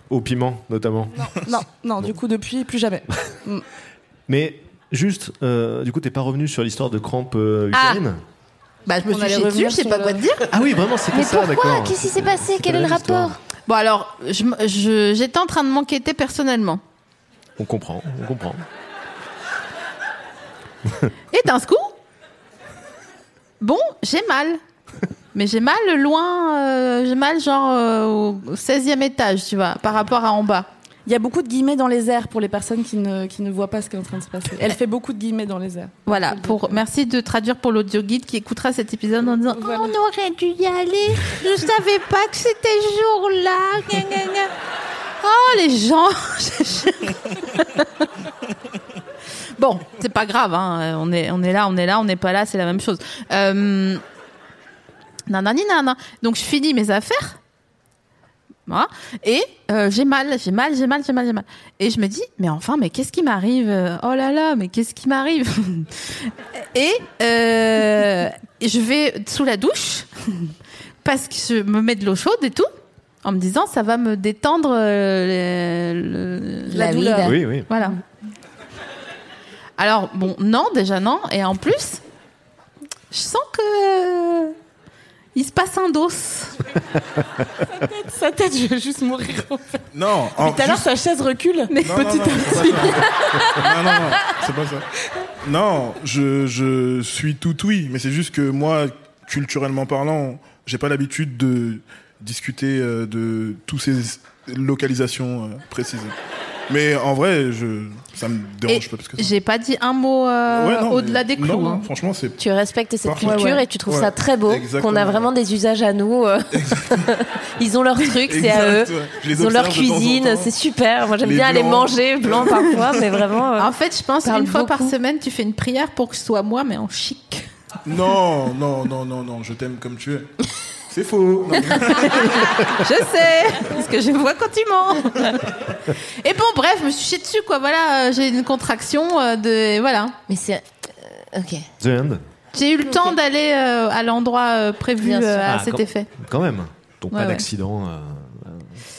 Au piment, notamment.
Non, non, du coup, depuis, plus jamais.
Mais juste, euh, du coup, t'es pas revenu sur l'histoire de crampes euh,
Ah.
ukrainienne
Bah, je me
On
suis
allait
chiée dessus.
revenir
Je sais
sur
pas
le-
quoi te dire.
ah. oui, vraiment, c'était
Mais
ça,
pourquoi
d'accord.
Qu'est-ce qui s'est passé Quel est le
la même
rapport
histoire.
Bon, alors, je m- je- j'étais en train de m'enquêter personnellement.
On comprend, on comprend.
Et d'un coup, bon, j'ai mal. Mais j'ai mal loin, euh, j'ai mal genre euh, au 16e étage, tu vois, par rapport à en bas.
Il y a beaucoup de guillemets dans les airs pour les personnes qui ne, qui ne voient pas ce qui est en train de se passer. Elle fait beaucoup de guillemets dans les airs.
Voilà, pour, merci de traduire pour l'audio guide qui écoutera cet épisode en disant
Voilà.
On aurait dû y aller, je savais pas que c'était ce jour-là. Gna, gna, gna. Oh, les gens Bon, c'est pas grave, hein. on, est, on est là, on est là, on n'est pas là, c'est la même chose. Euh... Nanani nana. Donc je finis mes affaires. Voilà. Et euh, j'ai mal, j'ai mal, j'ai mal, j'ai mal, j'ai mal. Et je me dis, mais enfin, mais qu'est-ce qui m'arrive Oh là là, mais qu'est-ce qui m'arrive Et euh, je vais sous la douche parce que je me mets de l'eau chaude et tout, en me disant ça va me détendre euh, le- le- la,
La vida.
douleur.
Oui, oui.
Voilà. Alors bon, non, déjà non, et en plus, je sens que il se passe un dos.
Sa tête, je vais juste mourir.
Non, en-
Tout à l'heure,
juste-
sa chaise recule.
Non,
petit
non, non, c'est pas ça. non, non, non, c'est pas ça. Non, je, je suis tout oui, mais c'est juste que moi, culturellement parlant, j'ai pas l'habitude de discuter euh, de toutes ces localisations euh, précises. Mais en vrai, je, ça me
Et
dérange pas parce que ça.
j'ai pas dit un mot euh,
Ouais, non,
au-delà
mais-
des clous.
non, non,
hein.
franchement, c'est.
Tu respectes cette
Parfait.
culture
Ouais, ouais.
et tu trouves
Ouais.
ça très beau,
Exactement,
qu'on a
ouais.
vraiment des usages à nous. euh. Ils ont leur truc, c'est à eux.
Exact, ouais. Je les
Ils ont leur
observe de temps en
cuisine,
temps.
c'est super. Moi, j'aime
Les
bien aller
blancs. Ah.
manger blanc parfois, mais vraiment. euh,
En fait, je pense
Parle
qu'une fois par
beaucoup.
semaine, tu fais une prière pour que ce soit moi, mais en chic.
Non, non, non, non, non, je t'aime comme tu es. C'est faux. Non,
Je sais, parce que je vois quand tu mens. Et bon, bref, je me suis chiée dessus, quoi. Voilà, euh, j'ai une contraction euh, de. Voilà.
Mais c'est. euh, ok.
The End,
J'ai eu le temps d'aller euh, à l'endroit euh, prévu
Bien sûr.
euh, à
Ah,
cet
quand-
effet.
quand même. Donc
Ouais,
pas
ouais.
d'accident euh,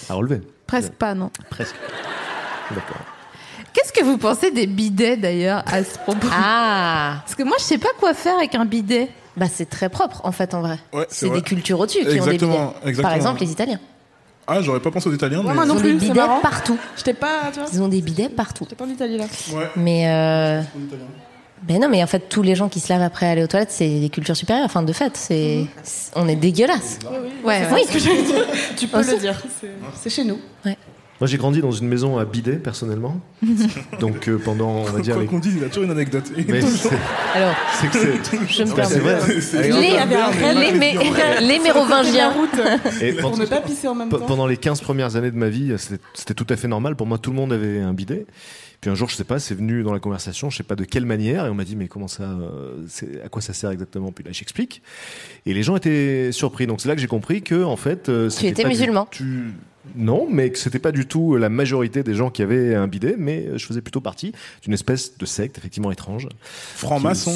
à relever.
Presque pas, non.
Presque. D'accord.
Qu'est-ce que vous pensez des bidets, d'ailleurs, à ce propos
Ah
Parce que moi, je sais pas quoi faire avec un bidet.
Bah, c'est très propre, en fait, en vrai.
Ouais, c'est
c'est
vrai.
des cultures au-dessus qui ont des bidets.
Exactement, exactement.
Par exemple, les Italiens.
Ah, j'aurais pas pensé aux Italiens, mais.
moi non
Ils ont
plus,
des
c'est
bidets
marrant.
partout.
J'étais pas, tu vois,
Ils ont des bidets partout.
j'étais pas en Italie là.
Ouais.
Mais. euh,
Italien.
Ben non, mais en fait, tous les gens qui se lavent après aller aux toilettes, c'est des cultures supérieures. Enfin, de fait, c'est. c'est- On est dégueulasse.
Ouais, ouais.
Oui.
Tu peux le dire, c'est- c'est chez nous.
Moi, j'ai grandi dans une maison à bidet, personnellement. Donc, euh, pendant, on va dire.
Quoi
les-
qu'on dise, il a toujours une anecdote.
Mais c'est
Alors,
c'est que c'est.
je me
Bah, c'est
permets.
vrai.
Les,
Il y avait un rêve.
les, Mé- les mérovingiens.
Et
Pour ne pas pisser en même
Pe-
temps.
Pendant les 15 premières années de ma vie, c'était c'était tout à fait normal. Pour moi, tout le monde avait un bidet. Puis un jour, je sais pas, c'est venu dans la conversation, je sais pas de quelle manière, et on m'a dit, mais comment ça, euh, c'est- à quoi ça sert exactement Puis là, j'explique. Et les gens étaient surpris. Donc c'est là que j'ai compris que, en fait, euh, c'était
étais
pas du-
musulman.
tu- Non, mais que c'était pas du tout la majorité des gens qui avaient un bidet, mais je faisais plutôt partie d'une espèce de secte effectivement étrange.
Franc-maçon.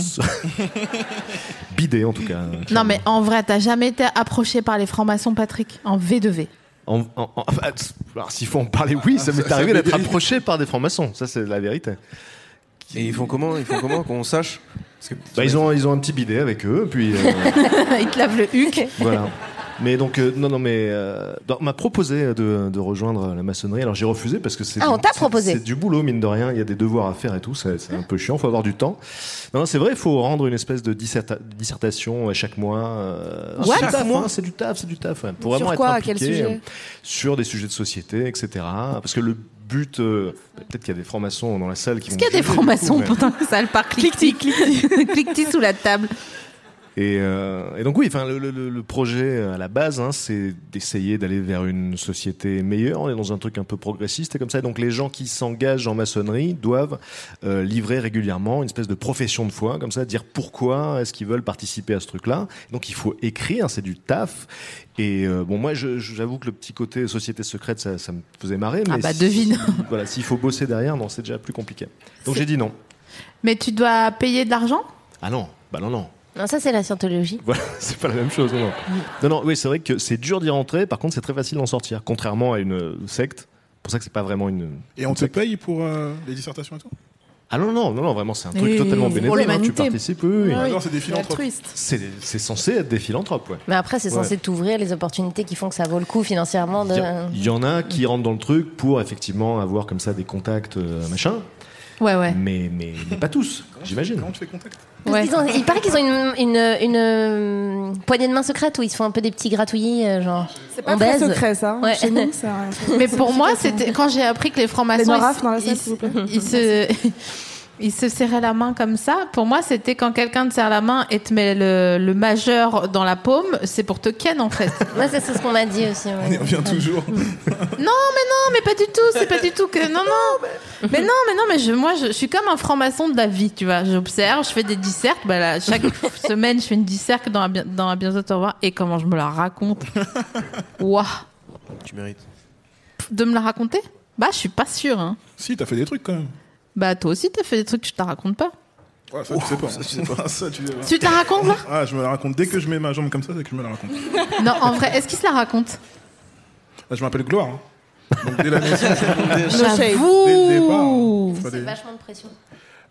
bidet en tout cas.
Non, mais en vrai, t'as jamais été approché par les francs-maçons, Patrick, en V2V.
En- en- en- alors, s'il faut en parler, oui, Ah, ça m'est arrivé d'être approché par des francs-maçons. Ça, c'est la vérité.
Et ils font comment Ils font comment qu'on sache Parce que-
Bah, ils, ont, ils ont un petit bidet avec eux, puis euh,
Ils te lavent le huc.
voilà. Mais donc, euh, non, non, mais euh, donc, on m'a proposé de, de rejoindre la maçonnerie. Alors j'ai refusé parce que c'est
Ah,
du-
on t'a
c'est-
proposé.
c'est du boulot, mine de rien. Il y a des devoirs à faire et tout. C'est c'est un peu chiant, faut avoir du temps. Non, non, c'est vrai, il faut rendre une espèce de disserta- dissertation à chaque mois. euh,
What
chaque
Taf,
mois,
hein
c'est du taf, c'est du taf. ouais. Pour
Sur
vraiment
quoi, à
être
quel
impliqué
sujet
euh, sur des sujets de société, etc. Parce que le but, euh, peut-être qu'il y a des francs-maçons dans la salle qui
Est-ce
vont
qu'il y a des
juger, du coup,
francs-maçons
mais-
pendant que ça le part cliquetis cliquetis sous la table.
Et, euh, et donc oui, enfin le, le- le- le projet euh, à la base, hein, c'est d'essayer d'aller vers une société meilleure. On est dans un truc un peu progressiste et comme ça. Donc les gens qui s'engagent en maçonnerie doivent euh, livrer régulièrement une espèce de profession de foi, comme ça, dire pourquoi est-ce qu'ils veulent participer à ce truc-là. Donc il faut écrire, c'est du taf. Et euh, bon, moi, je- je- j'avoue que le petit côté société secrète, ça, ça me faisait marrer.
Ah
mais
bah,
si-
devine.
Voilà, s'il faut bosser derrière, non, c'est déjà plus compliqué. Donc
C'est-
j'ai dit non.
Mais tu dois payer de l'argent
Ah non, bah non, non.
Non, ça, c'est la scientologie.
Voilà, c'est pas la même chose, non. Non, non, oui, c'est vrai que c'est dur d'y rentrer, par contre, c'est très facile d'en sortir, contrairement à une euh, secte. C'est pour ça que c'est pas vraiment une.
Et on te paye pour euh, les dissertations et tout
Ah non, non, non, non, vraiment, c'est un truc
Oui,
totalement
pour
bénévole. hein, tu
l'humanité.
participes, oui, oui.
Ah non, c'est des philanthropes.
C'est c'est censé être des philanthropes, ouais.
Mais après, c'est
Ouais.
censé t'ouvrir les opportunités qui font que ça vaut le coup financièrement.
Il
De...
y a- il y, en a qui rentrent dans le truc pour effectivement avoir comme ça des contacts, euh, machin,
Ouais, ouais.
mais, mais, mais pas tous, j'imagine.
Comment tu fais contact
Parce qu'ils ont- il paraît qu'ils ont une, une, une, euh, poignée de main secrète où ils se font un peu des petits gratouillis, euh, genre.
C'est pas
on
très
baise.
secret, ça. hein.
Ouais.
Chez nous, ça.
Mais pour moi, c'était quand j'ai appris que les
Les
francs-maçons
Noirs Raff dans la
ils,
salle, s'il vous plaît.
ils se Il se serrait la main comme ça. Pour moi, c'était quand quelqu'un te serre la main et te met le, le majeur dans la paume, c'est pour te ken en fait.
Moi, c'est ce qu'on m'a dit aussi.
On y revient toujours.
Non, mais non, mais pas du tout. C'est pas du tout que. Non, non. Mais non, mais non, mais je, moi, je, je suis comme un franc-maçon de la vie, tu vois. J'observe, je fais des dissertes. Bah, là, chaque semaine, je fais une disserte dans, un bien- dans un Bientôt Au revoir. Et comment je me la raconte. Ouah.
Tu mérites.
De me la raconter Bah, je suis pas sûre. hein.
Si, t'as fait des trucs quand même.
Bah, toi aussi, t'as fait des trucs que je te raconte pas.
Ouais, ça, tu sais pas. hein. Ça, tu sais pas.
Tu te la racontes, là
Ah, je me la raconte. Dès que je mets ma jambe comme ça, c'est que je me la raconte.
Non, en vrai, est-ce qu'il se la raconte
Ah, je m'appelle Gloire. hein. Donc, dès la naissance, dès-
J'avoue.
dès le départ, hein. Faut
C'est
aller-
vachement de pression.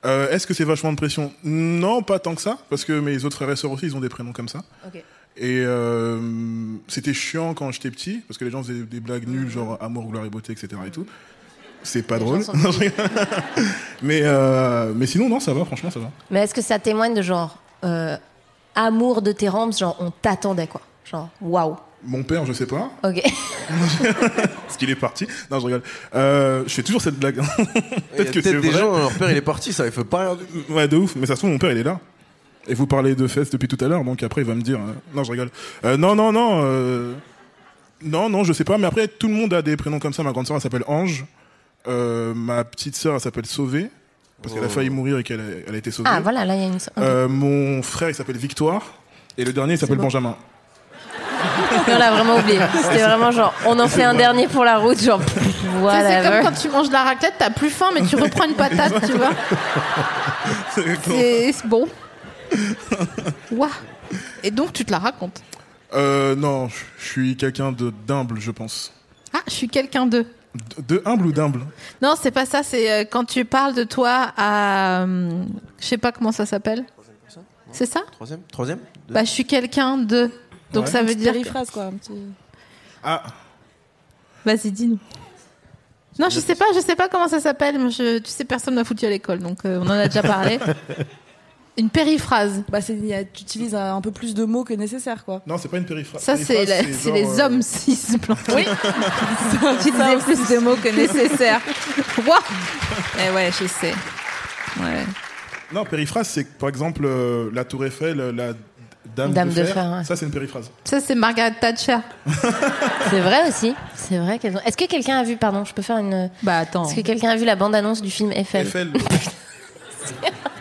Euh, Est-ce que c'est vachement de pression Non, pas tant que ça, parce que mes autres frères et sœurs aussi, ils ont des prénoms comme ça.
Ok.
Et euh, c'était chiant quand j'étais petit, parce que les gens faisaient des blagues nulles, genre amour, gloire et beauté, etc. et tout. C'est pas drôle.
gens sont
Non, je rigole. mais, euh, mais sinon, non, ça va, franchement, ça va.
Mais est-ce que ça témoigne de genre euh, amour de tes rampes, genre on t'attendait quoi Genre waouh.
Mon père, je sais pas,
Ok.
parce qu'il est parti. Non, je rigole. Euh, je fais toujours cette blague.
Il y a peut-être
que c'est
des
vrai.
gens, hein. leur père il est parti, ça il fait pas rien. du-
Ouais, de ouf. Mais ça se trouve, mon père, il est là. Et vous parlez de fesses depuis tout à l'heure, donc après, il va me dire. euh, Non, je rigole. Euh, non, non, non. euh, Non, non, je sais pas. Mais après, tout le monde a des prénoms comme ça. Ma grande sœur, elle s'appelle Ange. Euh, ma petite sœur, elle s'appelle Sauvée. Parce qu'elle a
Oh.
failli mourir et qu'elle a, elle a été sauvée.
Ah voilà, là il y a une.
Euh, mon frère, il s'appelle Victoire. Et le dernier, il s'appelle
bon.
Benjamin.
On l'a vraiment oublié. C'était vraiment genre on en fait un dernier pour la route, genre
Tu sais, C'est
whatever.
comme quand tu manges de la raclette, t'as plus faim, mais tu reprends une patate, tu vois. C'est c'est bon. Ouah. Et donc, tu te la racontes.
Euh, non, je je suis quelqu'un de d'humble, je pense.
Ah, je suis quelqu'un d'eux.
De, de humble ou d'humble
Non, c'est pas ça, c'est euh, quand tu parles de toi à. euh, je sais pas comment ça s'appelle. C'est ça
Troisième Troisième Deux.
Bah, je suis quelqu'un de. Donc
Ouais.
ça
Une
veut
petite
dire.
périphrase,
quoi.
Ah.
Vas-y, dis-nous. Non, je sais pas, je sais pas comment ça s'appelle. mais je- Tu sais, personne m'a foutu à l'école, donc euh, on en a déjà parlé. Une périphrase.
Bah, c'est, il y a- tu utilises un, un peu plus de mots que nécessaire, quoi.
Non, c'est pas une périphrase. euh,
Ça, c'est la- c'est les hommes s'ils se plantent. Oui. Ils utilisaient plus de mots que nécessaire. Waouh Eh ouais, je sais. Ouais.
Non, périphrase, c'est par exemple euh, la Tour Eiffel, euh, la Dame,
Dame
de,
de
Fer.
Fer, ouais.
Ça, c'est une périphrase.
Ça, c'est Margaret Thatcher.
C'est vrai aussi. C'est vrai qu'elles ont. Est-ce que quelqu'un a vu Pardon, je peux faire une.
Bah attends.
Est-ce que quelqu'un a vu la bande annonce du film Eiffel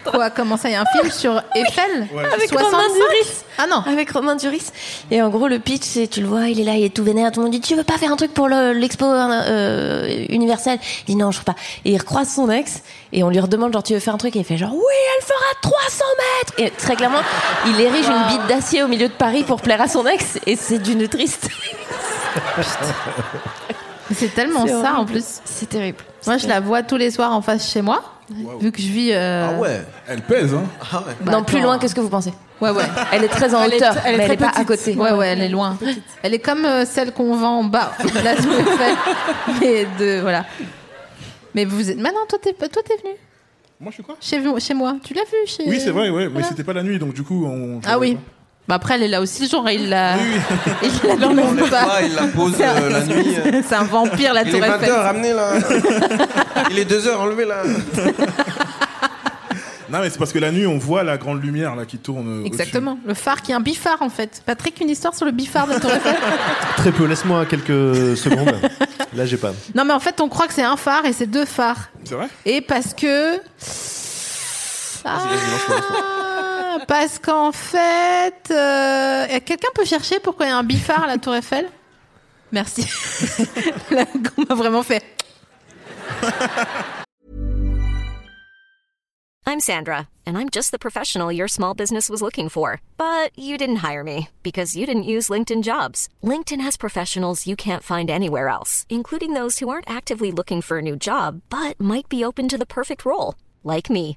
Quoi Comment ça Il y a un film sur Eiffel
Avec
65?
Romain Duris.
Ah non.
Avec Romain Duris. Et en gros, le pitch, c'est tu le vois, il est là, il est tout vénère. Tout le monde dit Tu veux pas faire un truc pour le- l'expo euh, universelle Il dit Non, je veux pas. Et il recroise son ex et on lui redemande Genre, tu veux faire un truc Et il fait genre Oui, elle fera 300 mètres Et très clairement, il érige une bite d'acier au milieu de Paris pour plaire à son ex et c'est d'une triste.
C'est tellement
C'est
ça en
horrible.
plus.
C'est terrible.
Moi, je la vois tous les soirs en face chez moi, vu que je vis. euh,
Ah ouais
Elle pèse, hein
Bah,
non, plus
attends.
loin que ce que vous pensez.
Ouais, ouais.
Elle est très en
Elle est-
hauteur,
elle est
mais elle
très
est pas à
petite.
côté.
Ouais, ouais, elle est loin. Elle est comme euh, celle qu'on vend en bas, la Tour Eiffel. Mais de voilà. Mais vous êtes. Maintenant, toi, t'es toi, t'es venu
Moi, je suis quoi
chez, vous- chez moi. Tu l'as vu chez.
Oui, c'est vrai, ouais, mais
Voilà.
c'était pas la nuit, donc du coup, on.
Ah oui. Ah. Bah après, elle est là aussi, genre il la. Il la
On
démonte
l'enlève
pas.
pas, il la pose euh, la nuit. euh.
C'est un vampire, la
Il est
Tour
20h,
Eiffel.
ramenez là Il est 2h, enlevez là
Non, mais c'est parce que la nuit, on voit la grande lumière là qui tourne. euh,
Exactement. Le phare qui est un bifard en fait. Patrick, une histoire sur le bifard de la Tour Eiffel.
Très peu, laisse-moi quelques secondes. Là, j'ai pas.
Non, mais en fait, on croit que c'est un phare et c'est deux phares.
au-dessus. C'est vrai
Et parce que. Ah, parce qu'en fait. euh, Quelqu'un peut chercher pourquoi il y a un bifard à la Tour Eiffel Merci. Là, on m'a vraiment fait.
I'm Sandra, and I'm just the professional your small business was looking for. But you didn't hire me because you didn't use LinkedIn jobs. LinkedIn has professionals you can't find anywhere else, including those who aren't actively looking for a new job but might be open to the perfect role, like me.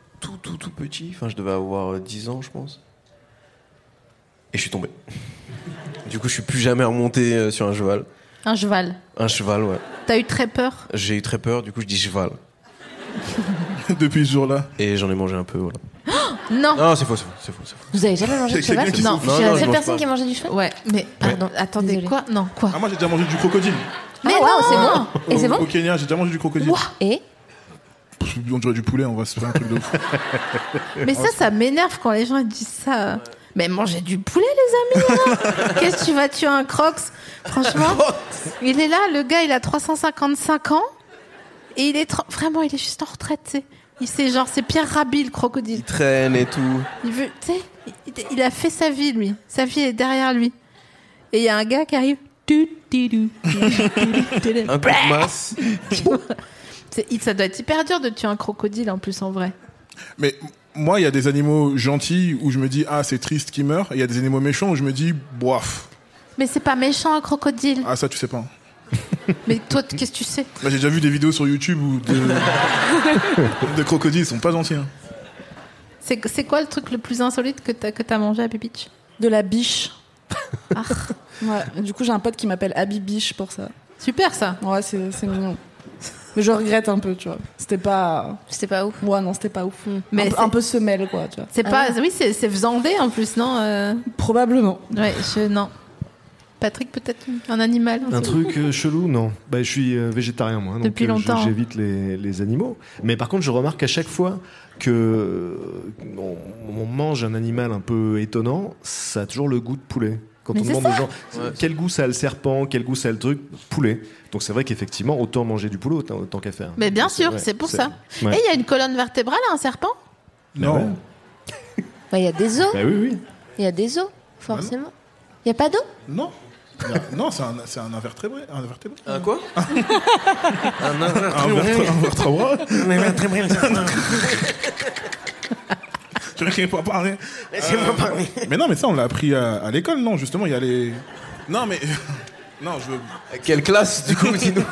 tout, tout, tout petit. Enfin, je devais avoir euh, 10 ans, je pense. Et je suis tombé. du coup, je suis plus jamais remonté euh, sur un cheval.
Un cheval.
Un cheval, ouais.
T'as eu très peur
J'ai eu très peur, du coup, je dis cheval.
Depuis ce jour-là.
Et j'en ai mangé un peu, voilà.
Non.
Non, c'est faux, c'est faux, c'est faux. c'est faux.
Vous avez jamais mangé Ah, de
C'est quelqu'un
cheval
qui s'en fout. Non,
c'est
non,
la
je
seule
mange
personne
pas.
qui a mangé du cheval
Ouais, mais pardon, attendez, quoi Non, quoi
Ah, moi j'ai déjà mangé du crocodile.
ah,
Mais non, Ah, c'est bon. Et
Au-
c'est
Au
bon
Kenya, j'ai déjà mangé du crocodile.
Et
Pff, On dirait du poulet, on va se faire un truc de fou.
Mais ça, ça m'énerve quand les gens ils disent ça. Mais mangez du poulet, les amis. hein. Qu'est-ce que tu vas tuer un crocs Franchement, il est là, le gars, il a 355 ans et il est tra- vraiment, il est juste en retraite. tu sais. Il sait genre, c'est Pierre Rabhi le crocodile.
Traîne et tout.
Il veut, tu sais, il, il a fait sa vie lui. Sa vie est derrière lui. Et il y a un gars qui arrive. Tu, tu, tu, tu, tu, tu, tu.
Un coup de masse.
Tu vois C'est- il- Ça doit être hyper dur de tuer un crocodile en plus en vrai.
Mais moi, il y a des animaux gentils où je me dis, ah, c'est triste qu'ils meurent. Et il y a des animaux méchants où je me dis, boif.
Mais c'est pas méchant un crocodile.
Ah, ça, tu sais pas.
Mais toi, t- qu'est-ce que tu sais
Bah, j'ai déjà vu des vidéos sur YouTube où de, de crocodiles, ils sont pas gentils. hein.
C'est c'est quoi le truc le plus insolite que t'as que t'as mangé à Bibitch
De la biche.
Ah.
Ouais, du coup, j'ai un pote qui m'appelle Abby Biche pour ça.
Super ça.
Ouais, c'est c'est mignon. Mais je regrette un peu, tu vois. C'était pas. Ah
C'était pas ouf.
Ouais, non, c'était pas ouf.
Mm. Mais
Mais
c'est-
un, peu semelle, quoi, tu vois.
C'est pas, oui, c'est c'est Vzandé en plus, non euh,
Probablement.
Ouais, je non. Patrick, peut-être un animal.
Un
truc.
truc euh, chelou, non. Bah, je suis euh, végétarien, moi. Donc,
Depuis
euh, je-
longtemps.
J'évite les, les animaux. Mais par contre, je remarque à chaque fois que euh, on, on mange un animal un peu étonnant, ça a toujours le goût de poulet. Quand
Mais
on
c'est
demande
ça.
aux gens quel goût ça a le serpent, quel goût ça a le truc, poulet. Donc c'est vrai qu'effectivement, autant manger du poulet, autant, autant qu'à faire.
Mais bien
C'est
sûr,
vrai.
c'est pour ça.
Ouais.
Et il y a une colonne vertébrale à un serpent
Bah ouais.
Bah, Il y a des os.
Bah oui, oui.
Il y a des os,
Bah
forcément. Il n'y a pas d'eau
Non. Non, c'est un, c'est un invertébré. Un invertébré.
Un quoi Un
Un vertébré. Un vertébré.
Un invertébré.
Je ne pas parler.
Laissez-moi parler.
Mais non, mais ça, on l'a appris à, à l'école, non Justement, il y a les. Non, mais. Non, je veux.
Quelle classe, du coup, dis-nous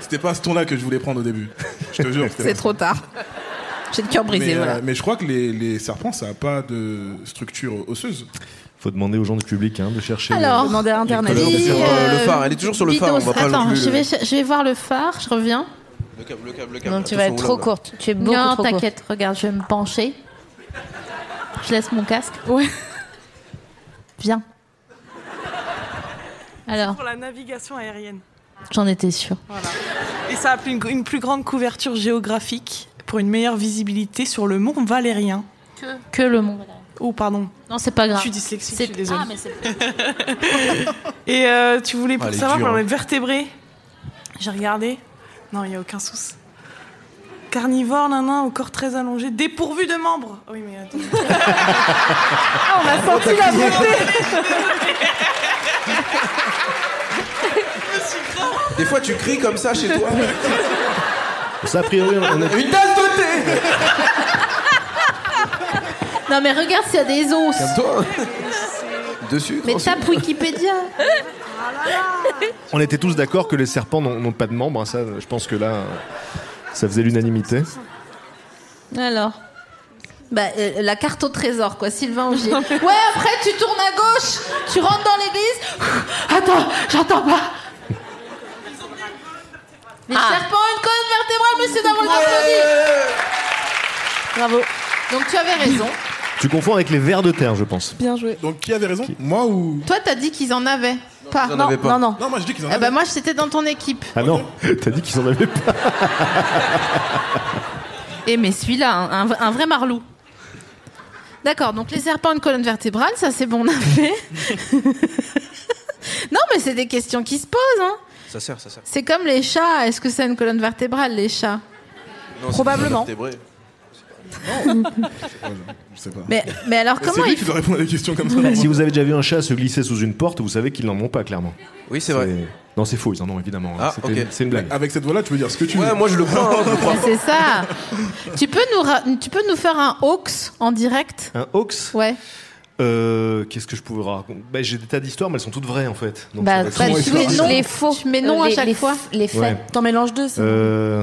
C'était pas ce ton-là que je voulais prendre au début. Je te jure. c'était
C'est
pas-
trop tard. J'ai le cœur brisé,
mais, euh,
voilà.
mais je crois que les, les serpents, ça n'a pas de structure osseuse.
Faut demander aux gens du public hein, de chercher.
Alors,
demander à Internet.
couleurs
Dis,
de phare.
euh,
Le phare, elle est toujours sur le
dis
phare,
donc,
on va pas
attends,
non plus
je
le-
vais, je vais voir le phare, je reviens.
Le câble, le câble, le câble.
Non, tu vas être trop courte. Tu es beaucoup
non,
trop courte.
t'inquiète, regarde, je vais me pencher. Je laisse mon casque.
Ouais.
Viens. Alors,
Pour la navigation aérienne.
j'en étais sûre.
Voilà. Et ça a plus une, une plus grande couverture géographique pour une meilleure visibilité sur le mont Valérien.
Que, le mont Valérien.
Oh, pardon.
Non, c'est pas grave.
Je suis dyslexique, je suis désolée.
Ah, mais c'est
Et euh, tu voulais
Ah,
pour
elle est
savoir
dure,
pour
hein.
les vertébrés. J'ai regardé. Non, il n'y a aucun souci. Carnivore, nan, nan, au corps très allongé, dépourvu de membres. Ah Oui, mais attends.
Ah,
on a senti la beauté.
Des fois, tu cries comme ça chez toi.
Ça, a priori, on a.
Une tasse de thé
Non, mais regarde s'il y a des os.
Calme-toi. Dessus.
Mais tape Wikipédia.
On était tous d'accord que les serpents n'ont n'ont pas de membres. hein, Ça, je pense que là, euh, ça faisait l'unanimité.
Alors. Bah, euh, la carte au trésor, quoi, Sylvain Augier. Ouais, après, tu tournes à gauche, tu rentres dans l'église. Attends, j'entends pas. Ah. Les serpents, une colonne vertébrale, monsieur Damon Bravo. Donc, tu avais raison.
Tu confonds avec les vers de terre, je pense.
Bien joué.
Donc, qui avait raison Moi ou.
Toi, t'as dit qu'ils en avaient. Pas.
ils en Non, avaient pas. non, non.
Non, moi, je dis qu'ils en
Eh
avaient.
bah, moi, j'étais dans ton équipe.
Ah non, t'as dit qu'ils en avaient pas.
Et Eh, mais celui-là, un, un- un vrai marlou. D'accord, donc les serpents, une colonne vertébrale, ça c'est bon, on a fait. non, mais c'est des questions qui se posent. Hein.
Ça sert, ça sert.
C'est comme les chats, est-ce que c'est une colonne vertébrale, les chats
Non, c'est
Probablement.
des vertébrés.
Je sais pas.
mais, mais alors comment il
doit répondre à des questions comme
Bah, si vous avez déjà vu un chat se glisser sous une porte, vous savez qu'ils n'en ont pas, clairement.
Oui, c'est vrai.
Non, c'est faux, ils en ont évidemment.
Ah,
C'était- C'est
ok.
une blague.
Avec cette voix-là, tu veux dire ce que tu
Ouais,
veux.
moi, je le prends, hein, je le prends.
Mais C'est ça. tu, peux nous ra- tu peux nous faire un hoax en direct
Un hoax
Ouais.
Euh, Qu'est-ce que je pouvais raconter Bah, J'ai des tas d'histoires, mais elles sont toutes vraies en fait. Donc,
Bah,
ça va être
bah,
long,
tu
histoire.
mets non, les faux.
Tu mets non à
Les-
chaque
les
fois.
f- Les faits.
Ouais.
T'en mélanges deux.
Euh,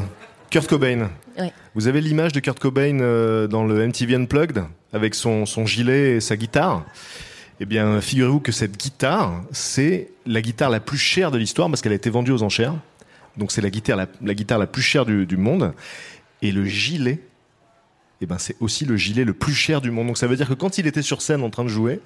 Kurt Cobain.
Ouais.
Vous avez l'image de Kurt Cobain euh, dans le MTV Unplugged avec son, son gilet et sa guitare. Eh bien, figurez-vous que cette guitare, c'est la guitare la plus chère de l'histoire parce qu'elle a été vendue aux enchères. Donc c'est la guitare la, la guitare la plus chère du, du monde. Et le gilet, eh ben c'est aussi le gilet le plus cher du monde. Donc ça veut dire que quand il était sur scène en train de jouer,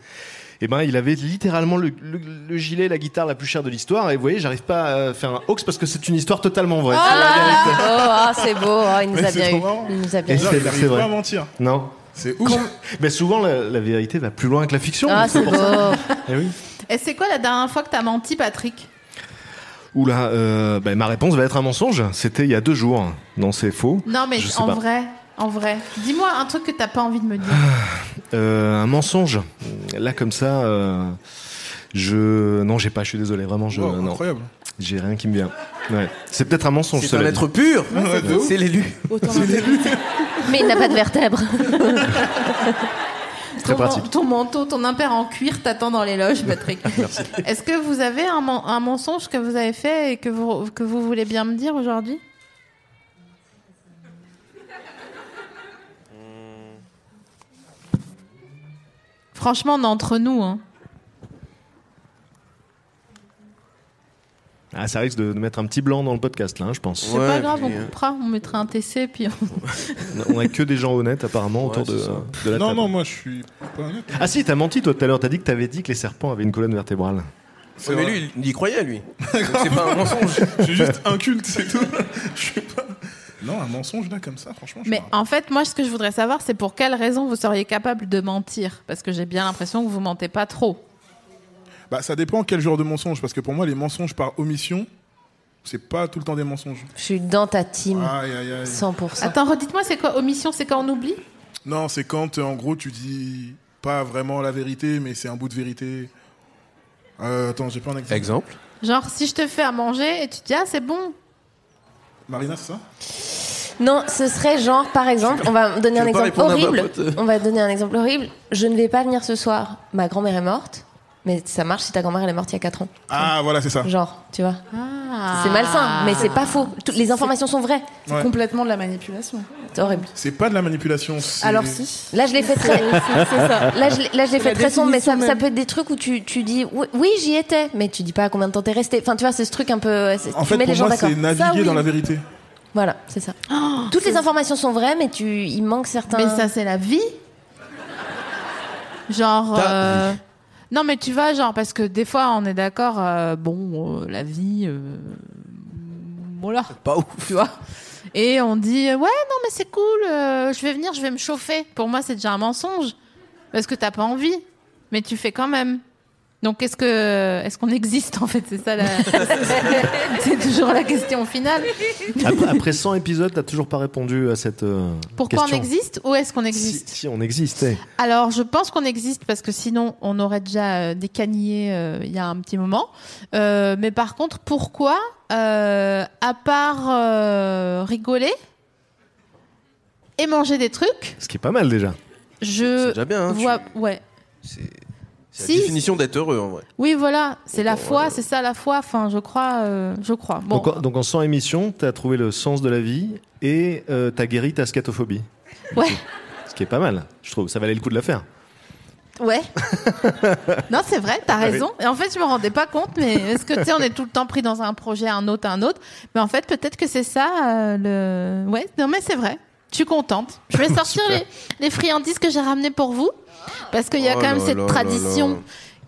eh ben il avait littéralement le, le- le gilet, la guitare la plus chère de l'histoire. Et vous voyez, j'arrive pas à faire un hoax parce que c'est une histoire totalement vraie. C'est la
Ah,
vérité.
oh, oh, c'est beau, oh, il nous
Mais
a
c'est
bien
trop
eu.
marrant.
Il nous a bien
Et
eu.
c'est- c'est
pas
vrai.
à mentir.
Non.
C'est
ouf. Mais souvent, la, la vérité va plus loin que la fiction.
Ah, c'est
pour ça.
beau.
Eh oui.
Et c'est quoi la dernière fois que t'as menti, Patrick
Oula, euh, ben, ma réponse va être un mensonge. C'était il y a deux jours. Non, c'est faux.
Non, mais
Je sais
en
pas.
vrai, en vrai. Dis-moi un truc que t'as pas envie de me dire.
Euh, un mensonge. Là, comme ça, euh, je. Non, j'ai pas, je suis désolé, vraiment. Je...
Wow,
non.
Oh, incroyable.
J'ai rien qui me vient. Ouais. C'est peut-être un mensonge.
C'est
cela
un
dit.
être pur.
Ouais, c'est
Ouais,
ouf.
c'est l'élu.
Mais il n'a pas de vertèbres.
Très
ton,
pratique.
ton manteau, ton impair en cuir t'attend dans les loges, Patrick.
Merci.
Est-ce que vous avez un, men- un mensonge que vous avez fait et que vous, que vous voulez bien me dire aujourd'hui Franchement, on est entre nous. hein.
Ah, ça risque de, de mettre un petit blanc dans le podcast, là, hein, je pense.
C'est pas grave, on coupera, on mettra un TC puis on...
On a que des gens honnêtes, apparemment, autour de, de la
non,
table.
non, moi je suis pas honnête.
Ah, si, t'as menti, toi, tout à l'heure. T'as dit que t'avais dit que les serpents avaient une colonne vertébrale.
Ouais, mais lui, il y croyait, lui. Donc c'est pas un mensonge.
Je suis juste inculte, c'est tout. Je suis pas. Non, un mensonge là comme ça, franchement.
Mais en fait, moi, ce que je voudrais savoir, c'est pour quelles raisons vous seriez capable de mentir Parce que j'ai bien l'impression que vous mentez pas trop.
Bah, ça dépend quel genre de mensonge, parce que pour moi, les mensonges par omission, c'est pas tout le temps des mensonges.
Je suis dans ta team.
Ah,
Aïe, aïe, aïe.
100%.
Attends, redites-moi, c'est quoi omission C'est quand on oublie
Non, c'est quand, euh, en gros, tu dis pas vraiment la vérité, mais c'est un bout de vérité. Euh, attends, j'ai pas un exemple.
Exemple
Genre, si je te fais à manger et tu te dis, ah, c'est bon.
Marina, c'est ça
Non, ce serait genre, par exemple, on va donner
je
un
vais pas
exemple
répondre à ma
horrible.
pote.
On va donner un exemple horrible. Je ne vais pas venir ce soir. Ma grand-mère est morte. Mais ça marche si ta grand-mère elle est morte il y a 4 ans.
Ah, voilà, c'est ça.
Genre, tu vois.
Ah.
C'est malsain, mais c'est pas faux. Tout- les informations sont vraies.
C'est Ouais.
complètement de la manipulation. C'est horrible.
C'est pas de la manipulation. c'est-
Là, je l'ai fait très.
C'est- c'est ça.
Là, je l'ai- là, je l'ai
C'est
fait
la
très sombre, mais ça,
définition
ça
même.
peut être des trucs où tu, tu dis oui, oui, j'y étais, mais tu dis pas à combien de temps t'es resté. Enfin, tu vois, c'est ce truc un peu. euh, c'est-
En
tu
fait,
mets
pour
les gens
moi,
d'accord.
c'est naviguer
Ça, oui.
dans la vérité.
Voilà, c'est ça. Toutes les informations sont vraies, mais tu, il manque certains.
Oh, Mais ça, c'est la vie. Genre.
Ta
euh, Non, mais tu vois, genre, parce que des fois, on est d'accord, euh, bon, euh, la vie. euh, Voilà.
Pas ouf.
Tu vois Et on dit, euh, ouais, non, mais c'est cool, euh, je vais venir, je vais me chauffer. Pour moi, c'est déjà un mensonge. Parce que t'as pas envie. Mais tu fais quand même. Donc, est-ce que, est-ce qu'on existe, en fait? C'est ça la, c'est toujours la question finale.
Après, après 100 épisodes, t'as toujours pas répondu à cette. euh,
Pourquoi
question.
on existe ou est-ce qu'on existe?
Si on eh. existait.
Alors, je pense qu'on existe parce que sinon, on aurait déjà euh, décanillé euh, il y a un petit moment. Euh, mais par contre, pourquoi, euh, à part euh, rigoler et manger des trucs,
Ce qui est pas mal déjà.
je
déjà bien, hein,
vois, ouais.
C'est
Si.
la définition d'être heureux, en vrai.
Oui, voilà, c'est la foi, c'est ça la foi. Enfin, je crois, euh, je crois. Bon,
Donc, en- donc en 100 émissions, t'as trouvé le sens de la vie et euh, t'as guéri ta scatophobie.
ouais,
Ce qui est pas mal, je trouve. Ça valait le coup de la faire.
ouais. non, c'est vrai, t'as
Ah oui.
raison. Et en fait, je me rendais pas compte, mais parce que tu sais, on est tout le temps pris dans un projet, un autre, un autre. Mais en fait, peut-être que c'est ça euh, le. Ouais, non, mais c'est vrai. Je suis contente. Je vais sortir les, les friandises que j'ai ramenées pour vous, parce qu'il y a
Oh
quand même
là
cette
là
tradition.
là là.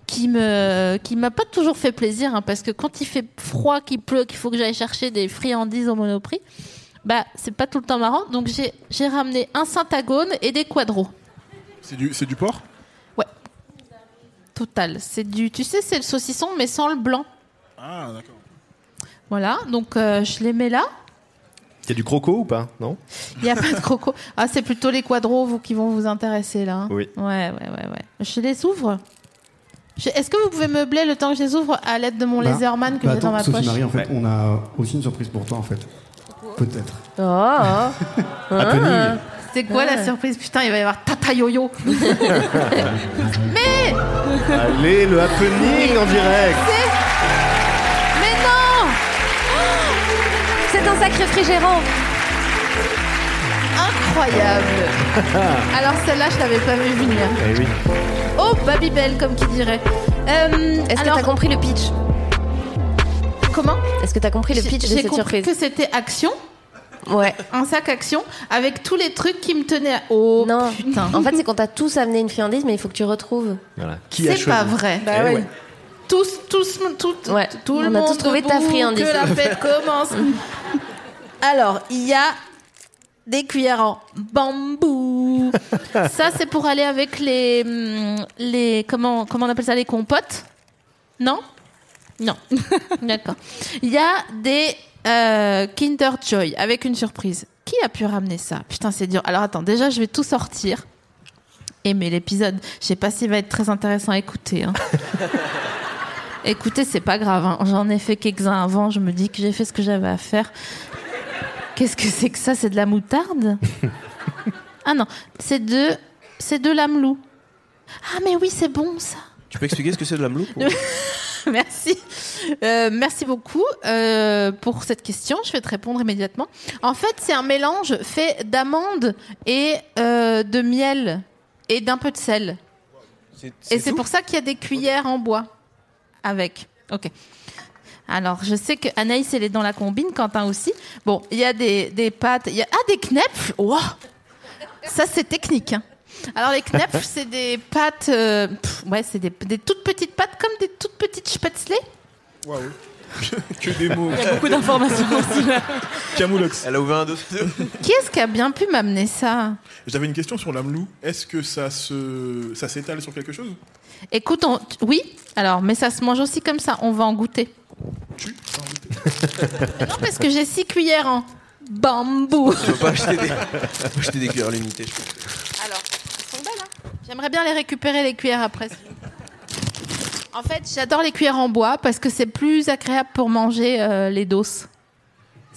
qui me qui m'a pas toujours fait plaisir hein, parce que quand il fait froid qu'il pleut qu'il faut que j'aille chercher des friandises au Monoprix bah c'est pas tout le temps marrant donc j'ai j'ai ramené un syntagone et des quadros
C'est du, c'est du porc
total c'est du tu sais c'est le saucisson mais sans le blanc
Ah, d'accord.
voilà donc euh, je les mets là
Il y a du croco ou pas Non
il y a pas de croco ah c'est plutôt les quadros vous qui vont vous intéresser là hein.
Oui.
ouais ouais ouais ouais je les ouvre Je- est-ce que vous pouvez meubler le temps que je les ouvre à l'aide de mon
Bah,
laserman que
bah
j'ai
attends,
dans ma
Sophie
poche
Marie, en fait, on a aussi une surprise pour toi, en fait. Peut-être.
Oh, oh.
Happening.
C'est quoi la surprise Putain, il va y avoir Tata Yo-Yo. Mais
Allez, le happening en direct
Mais non
C'est un sac réfrigérant.
Incroyable. Alors celle-là, je l'avais pas vu venir.
Eh oui.
Oh, Babybel, comme qui dirait. Euh,
Est-ce
alors-
que t'as compris le pitch
Comment
Est-ce que t'as compris le pitch de
J'ai
cette
compris
surprise
que c'était action.
Ouais.
Un sac action avec tous les trucs qui me tenaient. à- Oh
Non.
putain.
En fait, c'est qu'on t'a tous amené une friandise, mais il faut que tu retrouves.
Voilà. Qui a
C'est pas
choisi
vrai.
Bah
Eh ouais.
Tous, tous, tout, tout le
on a
monde
tous trouvé ta
debout,
friandise.
Que la fête commence. Alors, il y a des cuillères en bambou. ça, c'est pour aller avec les, hum, les comment, comment on appelle ça, les compotes Non Non. D'accord. Il y a des euh, Kinder Joy avec une surprise. Qui a pu ramener ça Putain, c'est dur. Alors attends, déjà, je vais tout sortir. Aimez l'épisode. Je sais pas s'il va être très intéressant à écouter. hein. Écoutez, c'est pas grave. hein. J'en ai fait quelques-uns avant. Je me dis que j'ai fait ce que j'avais à faire. Qu'est-ce que c'est que ça C'est de la moutarde Ah non, c'est de, c'est de l'amelou. Ah mais oui, c'est bon ça.
Tu peux expliquer ce que c'est de l'amlou pour-
merci. Euh, merci beaucoup euh, pour cette question. Je vais te répondre immédiatement. En fait, c'est un mélange fait d'amandes et euh, de miel et d'un peu de sel. Et c'est pour ça qu'il y a des cuillères en bois avec. Ok. Alors, je sais que Anaïs, elle est dans la combine, Quentin aussi. Bon, il y a des, des pâtes. Il y a... Ah, des knepfs Wow Ça, c'est technique. hein. Alors, les knepfs, c'est des pâtes. euh, pff, ouais, c'est des, des toutes petites pâtes, comme des toutes petites spätzle.
Waouh. que des mots.
Il y a beaucoup d'informations aussi, là.
Camoulox.
Elle a ouvert un dos.
Qui est-ce qui a bien pu m'amener ça
J'avais une question sur l'amelou. Est-ce que ça se, ça s'étale sur quelque chose
Écoute, on- oui, alors, mais ça se mange aussi comme ça. On va en goûter. Non, parce que j'ai six cuillères en bambou.
Tu peux pas acheter des, faut acheter des cuillères limitées. je pense.
hein. J'aimerais bien les récupérer, les cuillères après. En fait, j'adore les cuillères en bois parce que c'est plus agréable pour manger euh, les doses.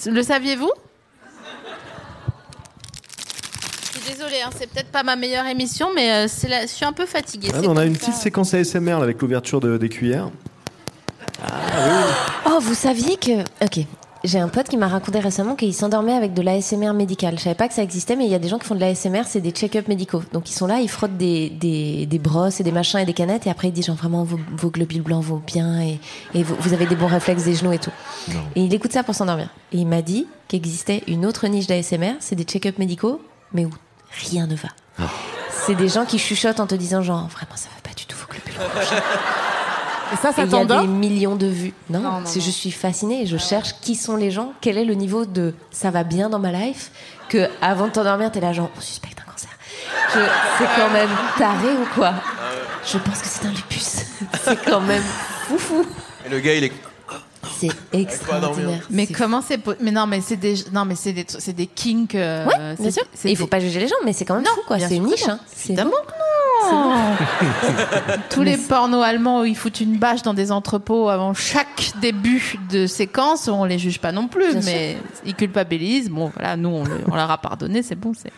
Le saviez-vous Je suis désolée, hein, c'est peut-être pas ma meilleure émission, mais euh, c'est la- je suis un peu fatiguée.
Ah,
c'est
mais on a
tout
une
ça.
petite séquence ASMR là, avec l'ouverture de- des cuillères.
Oh, vous saviez que. Ok. J'ai un pote qui m'a raconté récemment qu'il s'endormait avec de l'ASMR médical. Je savais pas que ça existait, mais il y a des gens qui font de l'ASMR, c'est des check-up médicaux. Donc ils sont là, ils frottent des, des, des brosses et des machins et des canettes, et après ils disent genre vraiment vos, vos globules blancs vont bien et, et vous, vous avez des bons réflexes des genoux et tout. Et il écoute ça pour s'endormir. Et il m'a dit qu'existait une autre niche d'ASMR, c'est des check-up médicaux, mais où rien ne va. C'est des gens qui chuchotent en te disant genre vraiment ça va pas du tout, vos globules vont bien.
Et ça, ça
Et il y a
t'endort
des millions de vues. Non,
Non, non,
c'est-
non.
je suis fascinée.
Ah
et Je cherche qui sont les gens, quel est le niveau de ça va bien dans ma life, que avant de t'endormir, t'es là genre on suspecte un cancer. Je- C'est quand même taré ou quoi Je pense que c'est un lupus. C'est quand même foufou.
Et le gars, il est.
C'est extraordinaire.
Mais comment c'est po- Mais non, mais c'est des non, mais c'est des c'est des kinks. euh,
Ouais,
c'est-
bien sûr.
c'est
Et il
des-
faut pas juger les gens, mais c'est quand même fou quoi.
bien
C'est
sûr
une
que
niche.
non.
Hein. C'est
Évidemment que non. Tous les pornos allemands où ils foutent une bâche dans des entrepôts avant chaque début de séquence, on les juge pas non plus,
Bien
mais ils culpabilisent. Bon, voilà, nous on, le- on leur a pardonné, c'est bon. C'est...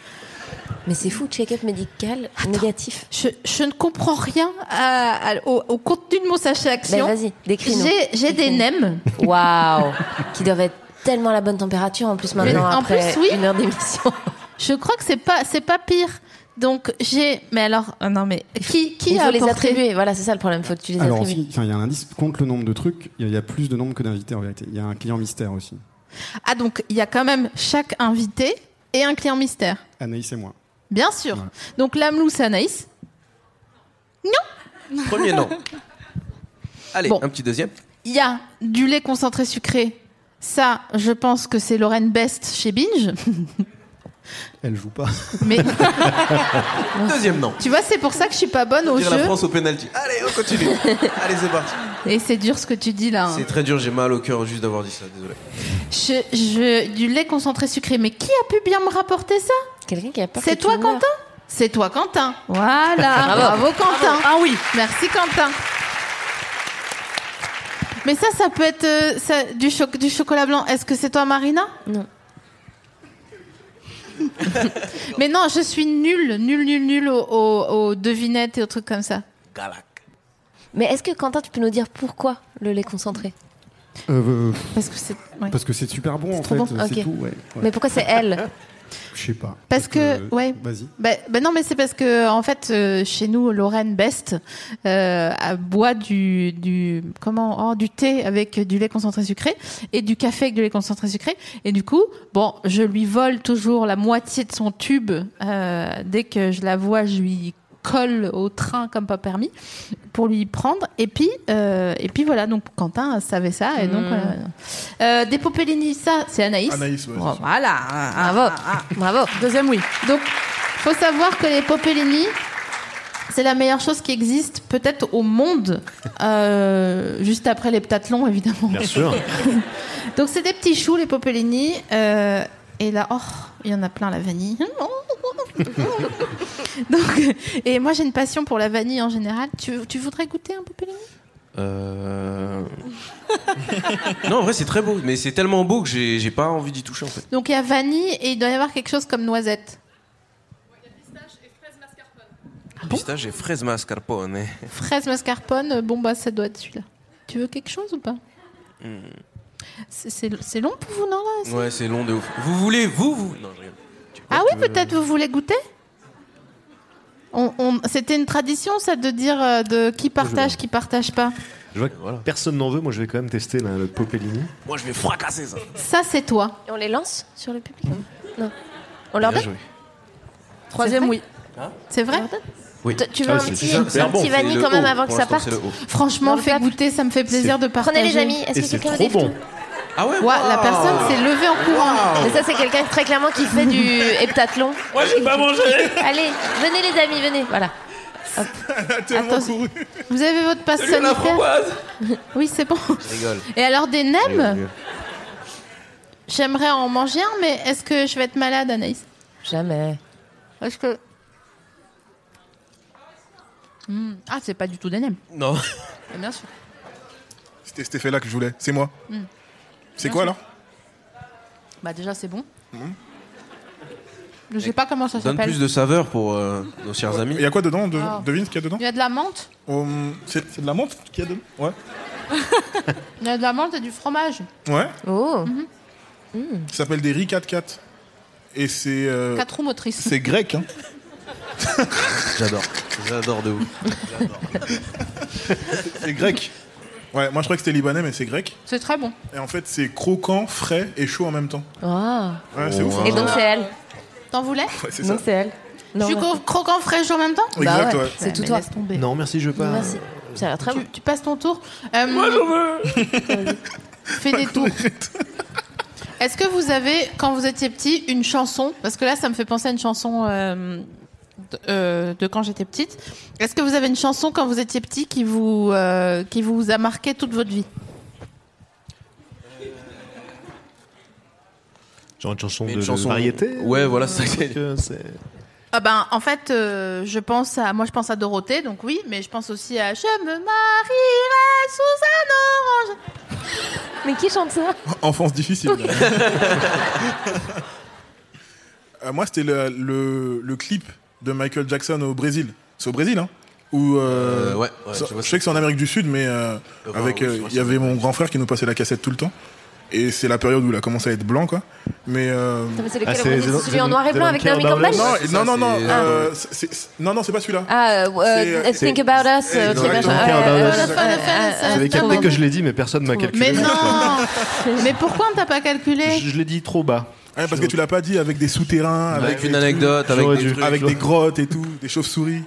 Mais c'est fou, check-up médical négatif.
Je, je ne comprends rien à- à- au, au contenu de mon sachet action.
Ben, vas-y, décris-nous.
J'ai, j'ai des
Décris-nous.
nems.
Waouh Qui doivent être tellement à la bonne température en plus maintenant
En
après
plus, oui.
une heure d'émission.
Je crois que c'est pas c'est pas pire. Donc j'ai mais alors ah non mais qui qui
il
a
faut euh, les
apporté-
attribuer. Voilà, c'est ça le problème. Faut que tu les
Alors,
attribues.
aussi, enfin, il y a un indice, compte le nombre de trucs, il y, a- il y a plus de nombre que d'invités en réalité. Il y a un client mystère aussi.
Ah donc il y a quand même chaque invité et un client mystère.
Anaïs et moi.
Bien sûr. Donc l'amelou c'est Anaïs. Non.
Premier nom. Allez,
Bon.
un petit deuxième.
Il y a du lait concentré sucré. Ça, je pense que c'est Lorraine Best chez Binge.
Elle joue pas.
Mais
Deuxième nom.
tu vois, c'est pour ça que je suis pas bonne au
Dire la
jeu.
France au penalty. Allez, on continue. Allez, c'est parti.
Et c'est dur ce que tu dis là. hein.
C'est très dur, j'ai mal au cœur juste d'avoir dit ça, désolé.
Je, je- du lait concentré sucré. Mais qui a pu bien me rapporter ça
Quelqu'un qui a peur
C'est
que
toi,
tu meures.
Quentin C'est toi, Quentin. Voilà.
Bravo.
Bravo, Quentin. Ah oui. Merci, Quentin. Mais ça, ça peut être euh, ça- du, cho- du chocolat blanc. Est-ce que c'est toi, Marina
Non.
Mais non, je suis nulle, nulle, nulle, nulle aux, aux- aux devinettes et aux trucs comme ça.
Mais est-ce que Quentin, tu peux nous dire pourquoi le lait concentré
Euh, euh,
Parce que c'est. ouais.
Parce que c'est super bon en
trop
fait.
bon.
C'est
Ok.
tout. ouais, ouais.
Mais pourquoi c'est elle
Je sais pas.
Parce que, ouais.
Vas-y.
Bah, bah non, mais c'est parce que, en fait, euh, chez nous, Lorraine Best euh, elle boit du, du, comment, oh, du thé avec du lait concentré sucré et du café avec du lait concentré sucré. Et du coup, bon, je lui vole toujours la moitié de son tube. euh, dès que je la vois, je lui colle au train comme pas permis pour lui prendre. Et puis, euh, et puis voilà, donc Quentin savait ça. Et donc,
Mm.
voilà. Euh, des Popelini, ça, c'est Anaïs.
Anaïs, ouais,
Bon,
c'est ça.
voilà. Bravo. Bravo. Deuxième oui. Donc, faut savoir que les Popelini, c'est la meilleure chose qui existe peut-être au monde, euh, juste après les ptathlons, évidemment.
Bien sûr.
Donc, c'est des petits choux, les Popelini. euh, et là, oh, il y en a plein, la vanille. Donc, et moi, j'ai une passion pour la vanille en général. Tu, tu voudrais goûter un Popelini
Euh, non, en vrai, c'est très beau, mais c'est tellement beau que j'ai j'ai pas envie d'y toucher en fait.
Donc, il y a vanille et il doit y avoir quelque chose comme noisette.
Pistache et fraise mascarpone. eh.
Fraise mascarpone, euh, bon bah ça doit être celui-là. Tu veux quelque chose ou pas
Hmm.
C'est- C'est c'est long pour vous, non là C'est-
Ouais, c'est long de ouf. Vous voulez, vous, vous. Non, je rigole.
Ah oui, peut-être vous voulez goûter On- on- C'était une tradition ça de dire euh, de qui partage, qui partage pas.
Je vois que personne n'en veut. Moi, je vais quand même tester la, le Popellini.
Moi, je vais fracasser ça.
Ça c'est toi.
Et on les lance sur le public Non. On leur
Hein Bien
donne
joué.
Troisième oui.
C'est vrai
Oui.
Tu veux
Ah,
un
c'est
petit,
super
un
bon,
petit
c'est
vanille
le
quand même
haut.
avant que
Pour
ça
l'instant,
parte
c'est le haut.
Franchement, fais goûter, ça me fait plaisir de partager.
Prenez les amis, est-ce que
Et c'est
quelqu'un a
trop
des
bon.
frites
Ah ouais
Ouais, la personne s'est levée en courant.
Mais ça, c'est quelqu'un très clairement qui fait du heptathlon.
Moi, j'ai pas mangé.
Allez, venez les amis, venez. Voilà.
Attention. Vous avez votre passe
Salut, la
sanitaire Oui, c'est bon.
Je rigole.
Et alors des
Je rigole, je
nems
rigole.
J'aimerais en manger un, mais est-ce que je vais être malade, Anaïs
Jamais.
Est-ce que. Hmm, Ah, c'est pas du tout des nems.
Non.
Ah, Bien sûr.
C'était cet effet-là que je voulais. C'est moi.
Hmm.
C'est
Bien
quoi
sûr.
là
Bah, déjà, c'est bon. Je sais pas comment ça
Donne
s'appelle.
plus de saveur pour euh, nos chers amis.
Il y a quoi dedans de-
Ah.
Devine ce qu'il y a dedans
Il y a de la menthe,
Hum, C'est c'est de la menthe qu'il y a dedans Ouais.
il y a de la menthe et du fromage.
Ouais.
Oh.
Ça s'appelle des riz 4x4. Et c'est. euh,
Quatre roues motrices.
C'est grec, hein.
J'adore. J'adore de ouf.
C'est grec. Ouais, moi je crois que c'était libanais, mais c'est grec.
C'est très bon.
Et en fait, c'est croquant, frais et chaud en même temps.
Ah.
Ouais,
Oh,
c'est ouf. hein.
Et donc, c'est elle.
T'en voulais
Ouais, c'est
Donc,
ça.
c'est elle.
Je suis
merci.
cro- croquant fraîche en même temps
Exact, Bah ouais.
C'est bah tout
mais
toi.
laisse tomber.
Non, merci, je veux pas.
Merci. Ça a l'air très bon.
Tu, tu passes ton tour. Moi, j'en veux Fais des tours. Est-ce que vous avez, quand vous étiez petit, une chanson Parce que là, ça me fait penser à une chanson euh, de, euh, de quand j'étais petite. Est-ce que vous avez une chanson quand vous étiez petit qui vous, euh, qui vous a marqué toute votre vie
Genre une chanson
Mais
de
une chanson-
variété
Ouais, voilà, c'est ça que-
Donc, euh, c'est.
Ah ben, en fait, euh, je pense à, moi, je pense à Dorothée, donc oui, mais je pense aussi à Je me marierai sous un
Ah,
orange.
Mais qui chante ça
Enfance difficile. Euh, moi, c'était le, le- le clip de Michael Jackson au Brésil. C'est au Brésil, hein Où, euh,
Euh, ouais, ouais,
ça-
je vois
je sais que c'est en Amérique du Sud, mais euh,
Enfin,
avec,
ouais,
euh,
je
il
vois
y avait mon grand frère qui nous passait la cassette tout le temps. Et c'est la période où il a commencé à être blanc, quoi. Mais euh,
Attends, mais c'est lequel, Ah, le c'est Brésil Zélan- C'est celui en noir et blanc avec
Zélan-
Naomi Campbell
Non,
C'est ça,
non, non, non.
c'est-
euh, c'est- c'est- c'est- non, non, c'est pas celui-là.
Ah, euh,
C'est-
let's think about us. euh,
Exactement.
très bien.
Think
Ah,
about
euh,
us.
euh, euh, euh,
Vous avez capté que je l'ai dit, mais personne m'a calculé.
Mais non Mais pourquoi on t'a pas calculé
Je l'ai dit trop bas.
Ouais, Ah, parce que tu l'as pas dit avec des souterrains,
Avec
avec
une
des trucs,
anecdote, avec
j'aurais
des
dû-
trucs.
avec des grottes et tout, des chauves-souris.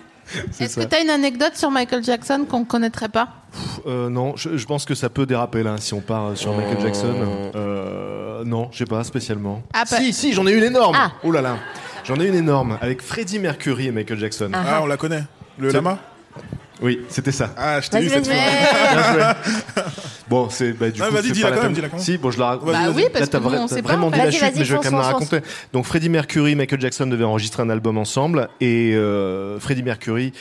Est-ce que t'as une anecdote sur Michael Jackson qu'on connaîtrait pas
Pff, euh, non, je, je pense que ça peut déraper là si on part euh, sur Michael Jackson. Euh, non, je sais pas spécialement.
Ah, pas- Ah.
Si, si, j'en ai une énorme. Oh là là, j'en ai une énorme avec Freddie Mercury et Michael Jackson.
Ah, on la connaît. Le
C'est-
lama
Oui, c'était ça.
Ah, je t'ai eu cette fois.
Bien joué. Bon, c'est bah, du
Ah,
coup,
vas-y,
c'est pas
dis-la quand
peine.
même, dis-la quand même.
Si, bon, je la raconte.
Bah Vas-y, oui, vas-y. parce
Là, t'as
que nous, on
t'as
sait pas,
vraiment
en
dit
fait.
la
Vas-y,
chute,
vas-y,
mais je vais quand même la
fonce, fonce,
raconter. Donc, Freddie Mercury, Michael Jackson devaient enregistrer un album ensemble, et euh, Freddie Mercury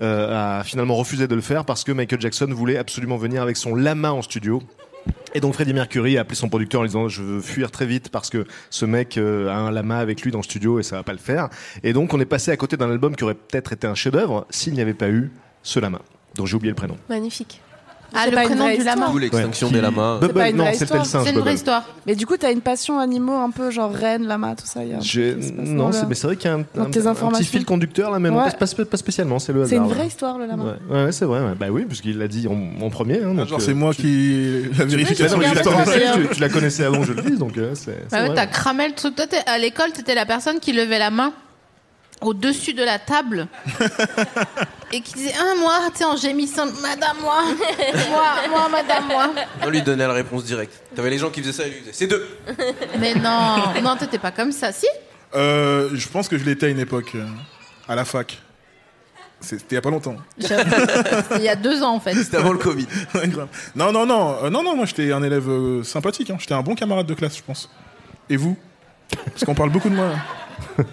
euh, a finalement refusé de le faire parce que Michael Jackson voulait absolument venir avec son lama en studio. Et donc Freddie Mercury a appelé son producteur en lui disant je veux fuir très vite parce que ce mec euh, a un lama avec lui dans le studio et ça va pas le faire. Et donc on est passé à côté d'un album qui aurait peut-être été un chef-d'œuvre s'il n'y avait pas eu ce lama dont j'ai oublié le prénom.
Magnifique.
Ah, le prénom du lama.
D'où l'extinction
Ouais.
des lamas.
Bubble,
C'est pas une
non,
vraie
c'était le
histoire.
singe.
C'est une
Bubble.
vraie
histoire.
Mais du coup, t'as une passion animaux un peu genre reine, lama, tout ça. il y a un
J'ai-
truc qui se passe dans
Non,
le-
c'est- mais c'est vrai qu'il y a un,
Dans
un-
tes
un
informations.
petit fil conducteur là, mais non,
Ouais.
pas, pas- pas spécialement, c'est le hasard.
C'est une
ouais.
vraie histoire, le lama.
Ouais, ouais, ouais, c'est vrai. ouais. Bah oui, puisqu'il l'a dit en, en premier. hein, donc,
Ah, genre,
euh,
c'est moi
tu-
qui. La
tu-
vérification
mais tu la
du temps.
connaissais, tu- Tu la connaissais avant que je le dise, donc euh, c'est. c'est
Bah ouais,
vrai.
t'as cramé le truc. Toi, t'es- à l'école, t'étais la personne qui levait la main au-dessus de la table et qui disait Ah, moi, tu sais, en gémissant, Madame, moi, moi, moi, Madame, moi.
On lui donnait la réponse directe. T'avais les gens qui faisaient ça et lui faisaient c'est deux.
Mais non, non, t'étais pas comme ça, si
Euh, je pense que je l'étais à une époque, euh, à la fac. C'était il y a pas longtemps.
C'était il y a deux ans, en fait.
C'était avant le Covid.
Ouais, grave. non, non, non, Euh, non, non, moi j'étais un élève euh, sympathique, hein. j'étais un bon camarade de classe, je pense. Et vous Parce qu'on parle beaucoup de moi. là.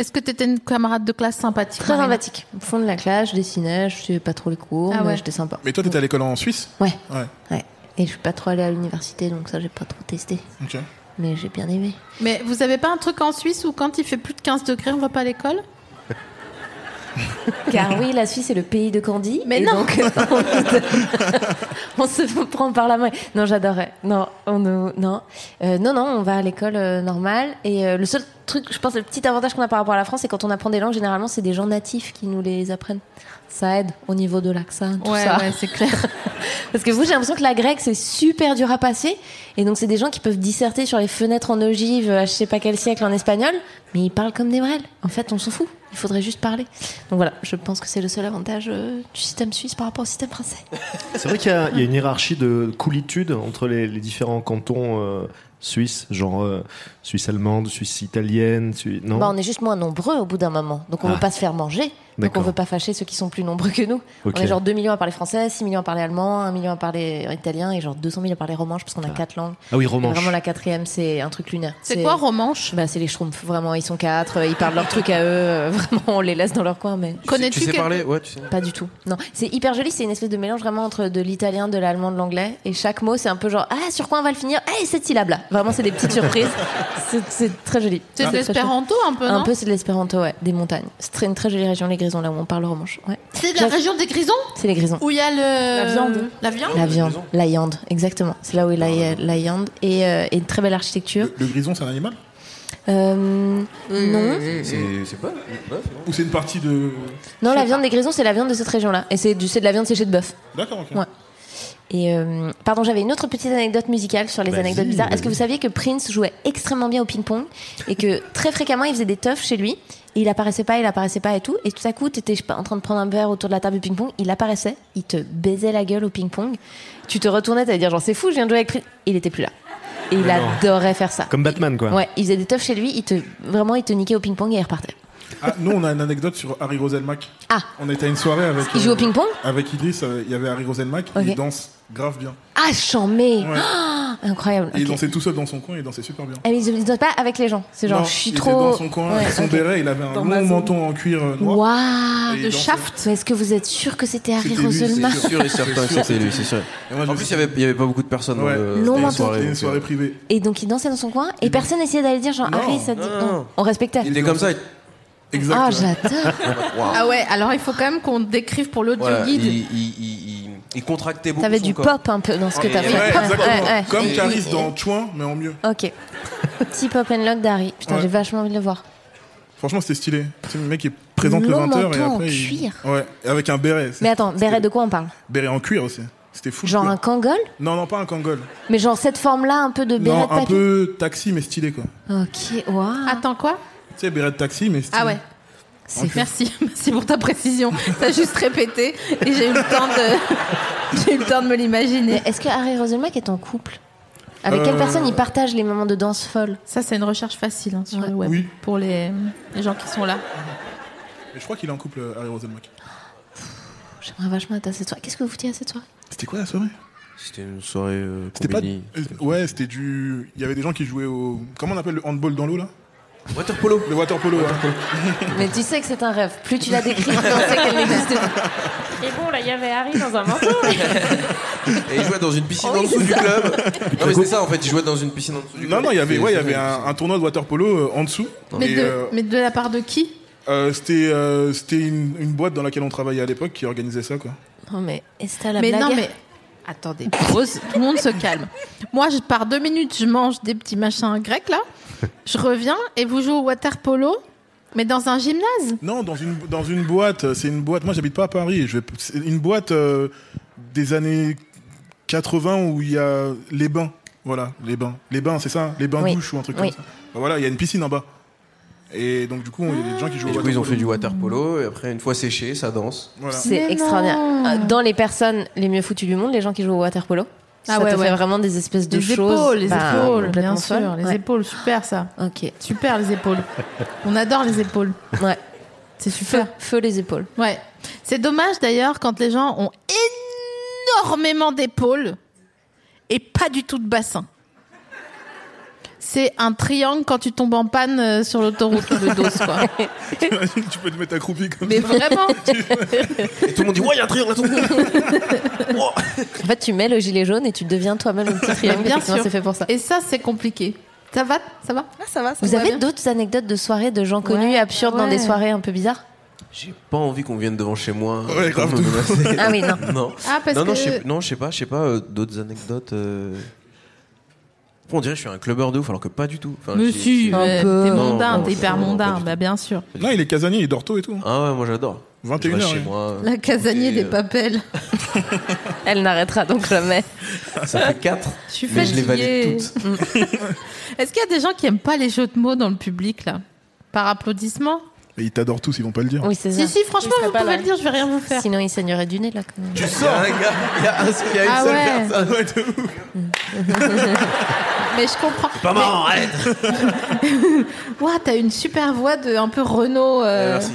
Est-ce que t'étais une camarade de classe sympathique
Très
Marine
sympathique. Au fond de la classe, je dessinais, je suivais pas trop les cours,
Ah
mais
ouais.
j'étais sympa.
Mais toi, t'étais à l'école en Suisse
Ouais.
Ouais.
Ouais. Et je suis pas trop allée à l'université, donc ça, j'ai pas trop testé.
Ok.
Mais j'ai bien aimé.
Mais vous avez pas un truc en Suisse où quand il fait plus de 15 degrés, on va pas à l'école
Car oui, la Suisse est le pays de Candy.
Mais
et
non.
donc, on, on se prend par la main. Non, j'adorais. Non, on nous- non, Euh, non, non, on va à l'école euh, normale. Et euh, le seul truc, je pense, le petit avantage qu'on a par rapport à la France, c'est quand on apprend des langues, généralement, c'est des gens natifs qui nous les apprennent. Ça aide au niveau de l'accent, tout
Ouais,
ça.
ouais, c'est clair.
Parce que vous, j'ai l'impression que la grecque, c'est super dur à passer. Et donc, c'est des gens qui peuvent disserter sur les fenêtres en ogive à je sais pas quel siècle en espagnol, mais ils parlent comme des brels. En fait, on s'en fout. Il faudrait juste parler. Donc voilà, je pense que c'est le seul avantage euh, du système suisse par rapport au système français.
C'est vrai qu'il y, a il y a une hiérarchie de coolitude entre les, les différents cantons euh, suisses, genre euh, Suisse allemande, Suisse italienne, Suisse. Non
Bah, on est juste moins nombreux au bout d'un moment. Donc, on
Ah.
veut pas se faire manger. Donc, on
D'accord.
veut pas fâcher ceux qui sont plus nombreux que nous.
Ok.
On est genre 2 millions à parler français, 6 millions à parler allemand, 1 million à parler italien et genre 200 000 à parler romanche parce qu'on a quatre langues.
Ah oui,
Et
romanche.
Vraiment, la quatrième, c'est un truc lunaire.
C'est quoi, romanche
Bah, c'est les schtroumpfs. Vraiment, ils sont quatre, euh, ils parlent leur truc à eux. euh, Vraiment, on les laisse dans leur coin, mais.
Tu sais parler Ouais, tu sais.
Pas du tout. Non, c'est hyper joli. C'est une espèce de mélange vraiment entre de l'italien, de l'allemand, de l'anglais. Et chaque mot, c'est un peu genre ah sur quoi on va le finir Eh cette syllabe là. Vraiment, c'est des petites surprises. C'est- C'est très joli.
C'est de
très
l'espéranto,
chouette.
un peu,
Un
non
peu, c'est de l'espéranto, ouais. Des montagnes. C'est très- une très jolie région, les Grisons, là où on parle romanche. Ouais.
C'est de la
J'ac-
région des Grisons
C'est les Grisons.
Où il y a le...
La viande.
La viande
La viande, la yande, exactement. C'est là où est la,
Ah.
la yande et, euh, et une très belle architecture.
Le grison, c'est un animal
Euh, non. eh.
C'est c'est pas. ouais, c'est bon.
Ou c'est une partie de.
Non, la viande des grisons, c'est la viande de cette région-là. Et c'est du- c'est de la viande séchée de bœuf.
D'accord, ok.
Ouais. Et euh, pardon, j'avais une autre petite anecdote musicale sur les
Vas-y,
anecdotes bizarres. Est-ce
vas-y.
que vous saviez que Prince jouait extrêmement bien au ping-pong et que très fréquemment il faisait des teufs chez lui et il apparaissait pas, il apparaissait pas et tout. Et tout à coup, t'étais je sais pas, en train de prendre un verre autour de la table du ping-pong, il apparaissait, il te baisait la gueule au ping-pong. Tu te retournais, t'allais dire genre c'est fou, je viens de jouer avec Prince. Il était plus là. Et il
Mais non.
adorait faire ça.
Comme Batman, quoi.
Ouais, il faisait des teufs chez lui, il te vraiment il te niquait au ping-pong et il repartait.
Ah, nous, on a une anecdote sur Harry Roselmack.
Ah.
On était à une soirée avec. euh,
Il joue au ping-pong
Avec Idriss, euh, il y avait Harry Roselmack,
Ok.
il danse grave bien.
Ah, chambé
Ouais.
Ah, Incroyable.
Et il
ok.
dansait tout seul dans son coin, il dansait super bien.
Ah, mais ils ne pas avec les gens. C'est genre,
Non,
je suis
il
trop.
était dans son coin,
Ouais,
avec son
ok.
béret, il avait un long menton en cuir euh, noir.
Waouh,
Et il
de
dansait.
shaft. Est-ce que vous êtes sûr que c'était Harry
C'était lui, c'est
Roselma
sûr.
Sûr et certain
C'est sûr,
que c'était lui, c'est sûr. En plus, il n'y avait, il y avait pas beaucoup de personnes
Ouais.
dans le-
Non,
dans la
maintenant.
soirée.
C'était une
donc,
soirée
euh,
privée.
Et donc il dansait dans son coin et personne essayait d'aller dire genre
Non,
Harry, ça te dit.
non,
Non,
non.
on respectait.
Il était comme ça.
Exact.
Ah,
ouais.
j'adore.
Waouh.
Ah ouais, alors il faut quand même qu'on décrive pour l'audio
Ouais,
guide.
il, il- il- il- il contractait beaucoup.
T'avais
son
du
corps.
pop un peu dans ce que
Et-
t'as fait.
ouais,
exactement.
ouais.
Comme
Et-
Caris
et-
dans Chouin, mais en mieux.
Ok. Petit pop and lock d'Harry. Putain,
Ouais.
j'ai vachement envie de le voir.
Franchement, c'était stylé. Tu sais, le mec, il présente le
Long
20h et
menton en
après. il-
cuir.
Ouais, et avec un béret. c'est-
Mais attends, béret de quoi on parle
Béret en cuir aussi. C'était fou. le
Genre
cuir.
un kangol
Non, non, pas un kangol.
Mais genre cette forme-là, un peu de béret
Non,
de
un
papy.
peu taxi, mais stylé, quoi.
Ok, waouh.
Attends, quoi
Tu sais, béret de taxi, mais stylé.
Ah ouais. Merci, merci pour ta précision. T'as juste répété et j'ai eu le temps de, j'ai eu le temps de me l'imaginer.
Mais est-ce que Harry Roselmack est en couple Avec
Euh,
quelle personne il partage les moments de danse folle
Ça, c'est une recherche facile hein, sur le web
Oui.
pour les, les gens qui sont là.
Mais je crois qu'il est en couple, euh, Harry Rosenmack.
J'aimerais vachement être à cette soirée. Qu'est-ce que vous foutiez à cette soirée
C'était quoi la soirée
C'était une soirée. euh,
C'était pas.
combini.
euh, Ouais, c'était du. Il y avait des gens qui jouaient au. Comment on appelle le handball dans l'eau, là
Waterpolo.
Le hein. waterpolo, ouais.
Mais tu sais que c'est un rêve. Plus tu la décris, plus on sait qu'elle n'existe pas.
Et bon, là, il y avait Harry dans un manteau.
Et il jouait dans une
Oh,
piscine en dessous du club. Non, mais c'est ça en fait, il jouait dans une piscine en dessous du club.
Non, non, il y avait,
C'est-
ouais, il y
c'est
avait
vrai.
un, un tournoi de waterpolo euh, en dessous.
Mais
Et,
de,
euh,
mais de la part de qui
euh, c'était euh, c'était une, une boîte dans laquelle on travaillait à l'époque qui organisait ça, quoi.
Non, Oh, mais Estelle la
mais non,
blagueur.
mais attendez, pause, tout le monde se calme. Moi, je pars deux minutes, je mange des petits machins grecs là, je reviens et vous jouez au water polo, mais dans un gymnase.
Non, dans une, dans une boîte. euh, C'est une boîte. Moi, j'habite pas à Paris. Je vais, c'est une boîte euh, des années 80 où il y a les bains. Voilà, les bains. Les bains, c'est ça Les bains
Oui.
douches ou un truc
Oui.
comme ça. Ben voilà, il y a une piscine en bas. Et donc, du coup, il y a des gens qui jouent
Et
au
du coup, ils ont fait
waterpolo.
du water polo, et après, une fois séché, ça danse.
C'est extraordinaire. Euh, Dans les personnes les mieux foutues du monde, les gens qui jouent au water polo,
Ah
ça
ouais,
te
ouais.
fait vraiment des espèces de
les
choses.
épaules, les
bah,
épaules,
complètement
bien sûr,
folles.
les
Ouais.
épaules, super ça.
Ok.
Super les épaules. On adore les épaules.
Ouais.
C'est super. Feu,
les épaules.
Ouais. C'est dommage d'ailleurs quand les gens ont énormément d'épaules et pas du tout de bassin. C'est un triangle quand tu tombes en panne euh, sur l'autoroute, le dos, quoi.
tu peux te mettre accroupi comme
Mais
ça.
vraiment.
Et tout le monde dit Ouais, il y a un triangle là-dessous
En fait, tu mets le gilet jaune et tu deviens toi-même le petit triangle.
Bien
Effectivement,
sûr.
c'est fait pour ça.
Et ça, c'est compliqué. Ça va Ça va
Ah, Ça va, ça
Vous
va
avez
bien.
d'autres anecdotes de soirées de gens connus absurdes dans des
ouais.
soirées un peu bizarres
J'ai pas envie qu'on vienne devant chez moi. euh,
Ouais, grave
pour me
de ouf.
menacer.
Ah oui, non.
Non,
Ah, parce
non, non,
que-
je sais, non, je sais pas, je sais pas, euh, d'autres anecdotes. euh. On dirait que je suis un clubbeur de ouf, alors que pas du tout. Enfin,
Mais
j'ai-
si,
j'ai-
ouais,
Non,
t'es
non,
mondain,
non,
t'es hyper
non, non, pas
mondain,
du
bah, bien sûr.
Non, il est casanier, il est dorto et tout.
Ah ouais, moi j'adore. Je
21h.
reste chez moi. euh,
La casanier
et,
des
euh,
papels.
Elle n'arrêtera donc jamais.
euh, Ça fait 4.
Je suis
mais je les valide
fatiguée.
toutes.
Est-ce qu'il y a des gens qui aiment pas les jeux de mots dans le public là Par applaudissement
Et ils t'adorent tous, ils vont pas le dire.
Si, si, franchement, vous pouvez le dire, je vais rien vous faire.
Sinon, il saignerait du nez là. Quand même.
Tu sors Il y a un gars, il y a, un- il y a une
Ah
seule
ouais.
personne. Ouais, de ouf.
Mais je comprends.
C'est pas marrant, arrête
Ouah, t'as une super voix de un peu Renaud. euh,
Merci.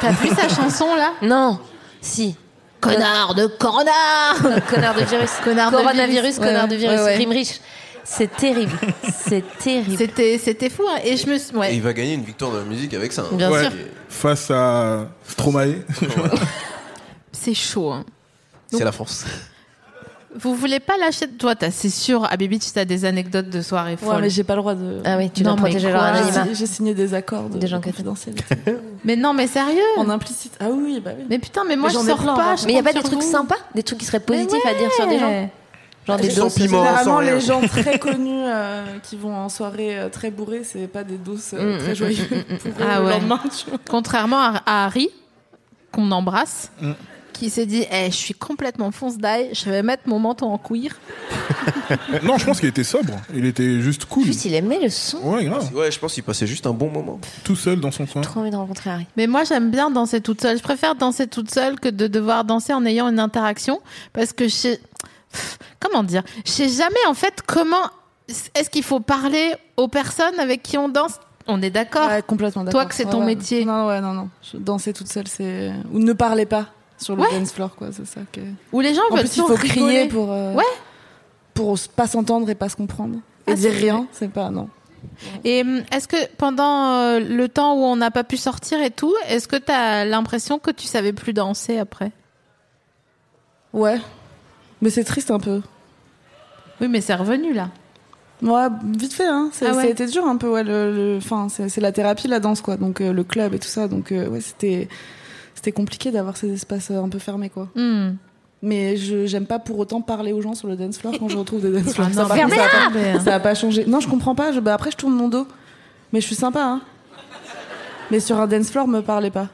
T'as vu sa chanson là
Non. Si.
Connard de connard
connard de virus.
Connard de
Coronavirus,
virus. Ouais,
connard de
ouais,
virus.
ouais, ouais.
Rime riche. C'est terrible. C'est terrible.
C'était, c'était fou. hein. Et je me suis.
Et
Ouais.
il va gagner une victoire de la musique avec ça. hein.
Bien
Ouais.
sûr.
Face à Stromae.
C'est chaud. hein.
C'est la France.
Vous voulez pas lâcher de toi t'as- C'est sûr, à Bibi, tu as des anecdotes de soirée
Ouais,
folles.
mais j'ai pas le droit de.
Ah oui, tu
Non,
dois
mais
protéger leur
quoi,
anonymat.
J'ai- J'ai signé des accords de
Des gens que t'aimes.
confidentiels.
Mais non, mais sérieux
En implicite. Ah oui, bah oui.
Mais putain, mais moi
Mais
je
j'en ai
sors
plein,
pas.
hein.
je
Mais il n'y a
compte
pas des
sur
trucs
vous.
sympas Des trucs qui seraient
Mais
positifs à dire sur des gens Genre des
Sans
doses
piment, sans
Généralement,
rien.
les gens très connus euh, qui vont en soirée euh, très bourrés, c'est pas des douces euh,
Mm, mm,
très joyeux.
mm, mm, mm.
pour eux,
Ah
le
ouais.
lendemain, tu vois.
Contrairement à, à Harry, qu'on embrasse,
Mm.
qui s'est dit Eh, Je suis complètement fonce d'ail, je vais mettre mon manteau en cuir.
non, je pense qu'il était sobre. Il était juste cool.
Juste, il aimait le son.
Ouais, grave.
Ouais, je pense qu'il passait juste un bon moment.
Tout seul dans son coin.
Trop envie de rencontrer Harry.
Mais moi, j'aime bien danser toute seule. Je préfère danser toute seule que de devoir danser en ayant une interaction parce que je sais. Pff, Comment dire Je sais jamais en fait comment. Est-ce qu'il faut parler aux personnes avec qui on danse On est d'accord.
Ouais, complètement d'accord.
Toi, que c'est
Ouais,
ton
ouais.
métier.
Non, ouais, non, non. Je- Danser toute seule, c'est. Ou ne parler pas sur le
Ouais.
dance floor, quoi, c'est ça que.
Où les gens
En
veulent
plus, il
toujours
faut
rigoler.
crier pour. euh,
Ouais.
Pour s- pas s'entendre et pas se comprendre.
Ah,
Et dire
c'est vrai.
rien, c'est pas. Non.
Et hum, est-ce que pendant euh, le temps où on n'a pas pu sortir et tout, est-ce que t'as l'impression que tu savais plus danser après
Ouais. Mais c'est triste un peu.
Oui, mais c'est revenu là.
Ouais, vite fait, hein. C'est-
Ah ouais.
Ça a été dur un peu, ouais. Le, le- enfin, c'est c'est la thérapie, la danse, quoi. Donc euh, le club et tout ça. Donc euh, ouais, c'était c'était compliqué d'avoir ces espaces euh, un peu fermés, quoi.
Hmm.
Mais je j'aime pas pour autant parler aux gens sur le dance floor quand je retrouve des dance floors.
Ah
ça,
non,
par contre, ça, a
fermez-la
pas, ça a pas changé. Non, je comprends pas. Je, bah, après, je tourne mon dos. Mais je suis sympa, hein. Mais sur un dance floor, me parlez pas.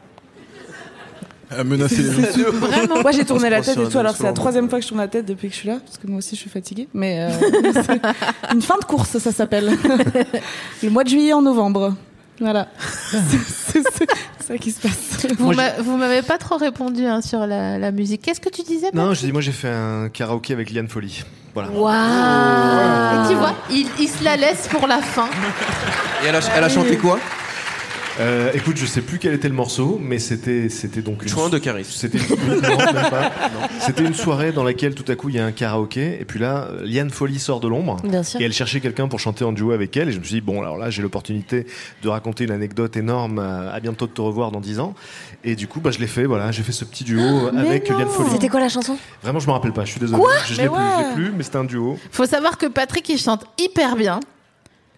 À menacer les gens.
Vraiment Moi j'ai tourné la
On se
tête
prend
et
sur
tout,
un
alors c'est la
instant.
troisième fois que je tourne la tête depuis que je suis là, parce que moi aussi je suis fatiguée. Mais euh, c'est une fin de course, ça s'appelle. Le mois de juillet en novembre. Voilà. C'est c'est- c'est ça qui se passe.
Vous m'a- vous m'avez pas trop répondu hein, sur la, la musique. Qu'est-ce que tu disais
Non,
Patrick
je dis, moi j'ai fait un karaoké avec Liane Folly. Voilà.
Et tu vois, il, il se la laisse pour la fin.
Et elle a, elle a chanté quoi
Euh, écoute, je sais plus quel était le morceau, mais c'était c'était donc une
Chouin de charisme.
C'était une... non, même pas. C'était une soirée dans laquelle tout à coup il y a un karaoké et puis là euh, Liane Folly sort de l'ombre
Bien sûr.
et elle cherchait quelqu'un pour chanter en duo avec elle et je me suis dit bon alors là j'ai l'opportunité de raconter une anecdote énorme euh, à à bientôt de te revoir dans 10 ans et du coup bah je l'ai fait voilà j'ai fait ce petit
Ah,
duo avec Liane Folly.
C'était quoi la chanson
Vraiment je me rappelle pas je suis désolé
Quoi
je, je
Mais
l'ai plus je
ouais.
l'ai plus mais c'était un duo
Faut savoir que Patrick, il chante hyper bien.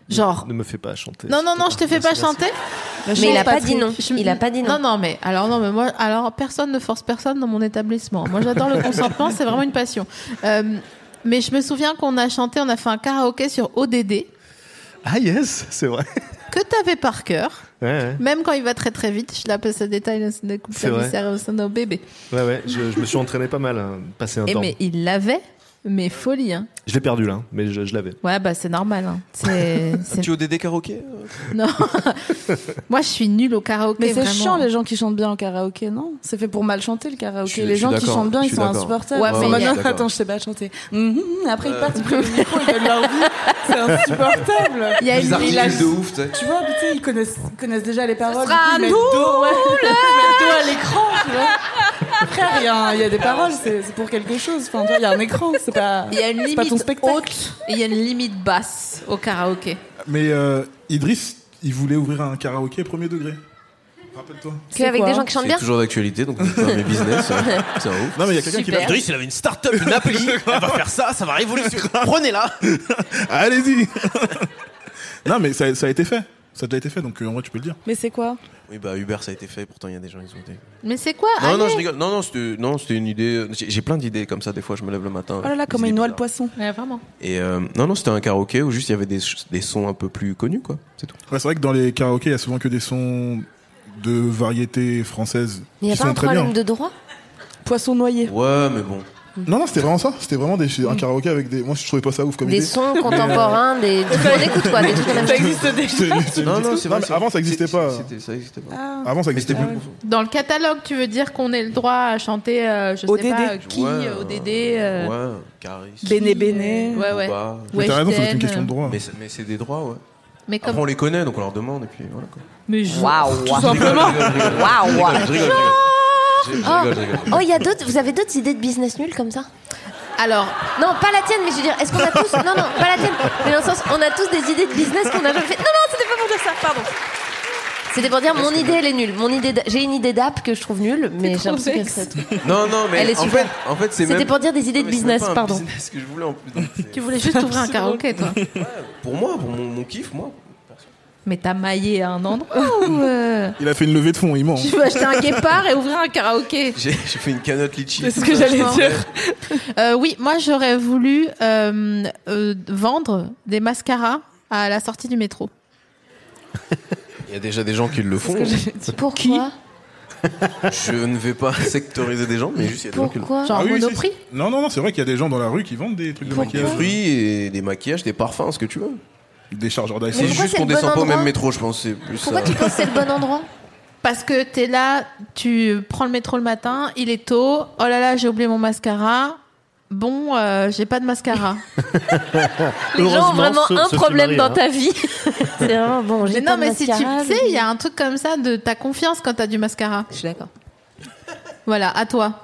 Genre.
ne me fais pas chanter.
Oh. Non, non, non, je te fais pas
Merci, merci.
chanter.
Mais il a pas dit non. Il a pas dit non.
Non, non, mais alors, non, mais moi, alors personne ne force personne dans mon établissement. Moi, j'adore le consentement, c'est vraiment une passion. Euh, mais je me souviens qu'on a chanté, on a fait un karaoké sur ODD
Ah yes, c'est vrai.
que t'avais par cœur.
Ouais, ouais.
Même quand il va très très vite, je l'appelle ce détail de coupe
C'est vrai.
au sein d'un bébé.
Ouais, ouais, je, je me suis entraîné pas mal, hein, passé un
Et
temps.
mais il l'avait, mais folie. Hein.
Je l'ai perdu là, hein, mais je, je l'avais.
Ouais, bah c'est normal. hein. C'est. c'est-
Tu au DD karaoké euh,
Non. Moi, je suis nulle au karaoké.
Mais c'est
vraiment.
chiant les gens qui chantent bien au karaoké, non C'est fait pour mal chanter le
Je suis-
karaoké.
je
Les
suis
gens qui
d'accord,
chantent bien,
je
ils
suis
sont
d'accord.
insupportables.
Ouais,
Ils
mais
sont
il y a-
maintenant,
Ah, d'accord.
attends, je sais pas chanter. Hum, hum, Après, ils
Euh.
partent, ils prennent le micro, ils donnent leur vie. C'est insupportable.
Il y a Les une- articles
Ils-
de ouf, tu sais.
Tu vois, putain, ils connaissent, ils connaissent déjà les paroles.
sera
du coup, ils mettent le dos, ouais. Ils mettent le dos à l'écran, tu vois. Frère, il y, a un- il y a des paroles, c'est c'est pour quelque chose. Enfin, tu vois, il y a un écran, c'est pas,
Il y a une
c'est pas ton
limite
spectacle.
haute et il y a une limite basse au karaoké.
Mais euh, Idriss, il voulait ouvrir un karaoké premier degré. Rappelle-toi.
C'est avec des gens qui chantent
C'est toujours d'actualité, donc dites pas mes business. hein. C'est un ouf.
Non, mais il y a quelqu'un qui Super. l'a-
Idriss, il avait une start-up, une appli. Elle va faire ça, ça va révolutionner. Prenez-la.
Allez-y Non, mais ça, ça a été fait. Ça a déjà été fait, donc euh, en vrai, tu peux le dire.
Mais c'est quoi
Oui, bah Uber, ça a été fait. Pourtant, il y a des gens, ils ont été.
Mais c'est quoi
Non, non,
Allez.
je rigole. Non, non, c'était, non, c'était une idée. euh, J'ai, j'ai plein d'idées comme ça. Des fois, je me lève le matin.
Oh là là, comment il noie le poisson.
Ouais, vraiment.
Et euh, non, non, c'était un karaoké où juste il y avait des, ch- des sons un peu plus connus, quoi. C'est tout.
Ouais, c'est vrai que dans les karaokés, il y a souvent que des sons de variété française.
Il n'y a
qui
pas
sont
un
très
problème
bien.
de droit
Poisson noyé.
Ouais, mais bon.
Non, non, c'était vraiment ça. C'était vraiment des, un karaoké avec des. Moi, je trouvais pas ça ouf comme
Des
idée.
sons
Mais, euh,
contemporains, des trucs qu'on écoute quoi, des trucs à la
Ça
même
existe déjà.
Non, non, c'est vrai.
mais avant, ça existait pas.
ça existait
Ah,
pas.
Avant, ça existait plus.
Dans le catalogue, tu veux dire qu'on ait le droit à chanter, euh, je
ODD.
sais pas, euh, qui,
Ouais.
euh, ODD. euh,
Ouais, Caris.
Béné Béné.
Ouais, ouais.
Booba.
Mais t'as raison, c'est Weshden. une question de
droit.
Mais, c'est- mais c'est des droits, ouais.
euh, Mais comme-
Après, on les connaît, donc on leur demande, et puis voilà quoi.
Mais je-
Waouh.
Je rigole, je rigole, je rigole.
Waouh.
Je rigole, je rigole, je rigole. Je- je rigole, je rigole.
Oh, il y a d'autres. Vous avez d'autres idées de business nul comme ça
Alors,
non, pas la tienne, mais je veux dire, est-ce qu'on a tous. Non, non, pas la tienne, mais dans le sens, on a tous des idées de business qu'on n'a jamais fait. Non, non, c'était pas pour dire ça, pardon. C'était pour dire, mon idée, elle est nulle. Mon idée, d'a- j'ai une idée d'app que je trouve nulle, mais j'ai l'impression qu'elle serait trop-
Non, non, mais
Elle est
en
super.
fait, en fait c'est
C'était
même-
pour dire des idées
Non,
de
mais c'est même
business,
pas un
pardon.
business que je voulais en plus. donc c'est-
tu voulais juste ouvrir un karaoké, toi.
Pour moi, pour mon, mon kiff, moi.
Mais t'as maillé à un endroit ou euh,
Il a fait une levée de fonds, il ment.
tu veux acheter un guépard et ouvrir un karaoké
J'ai j'ai fait une canotte litchi.
C'est ce que j'allais
Franchement.
dire. Euh, oui, moi j'aurais voulu euh, euh, vendre des mascaras à la sortie du métro.
Il y a déjà des gens qui le font.
Pourquoi
Je ne vais pas sectoriser des gens, mais juste il y a des gens qui le font.
Genre Monoprix
Ah si, si. Non, non, non, c'est vrai qu'il y a des gens dans la rue qui vendent des trucs de
Des
maquillage.
fruits et des maquillages, des parfums, ce que tu veux.
Des chargeurs
C'est
d'iPhone.
juste qu'on descend pas au même métro, je pense. c'est Plus
Pourquoi
ça.
tu penses que c'est le bon endroit
Parce que t'es là, tu prends le métro le matin, il est tôt. Oh là là, j'ai oublié mon mascara. Bon, euh, j'ai pas de mascara.
Les gens ont vraiment un problème
hein.
dans ta
vie.
vie. c'est vraiment bon, j'ai
Mais
pas
non,
de
mais si tu
mascara,
sais,
j'ai-
il y a un truc comme ça de ta confiance quand t'as du mascara.
Je suis d'accord.
Voilà, à toi.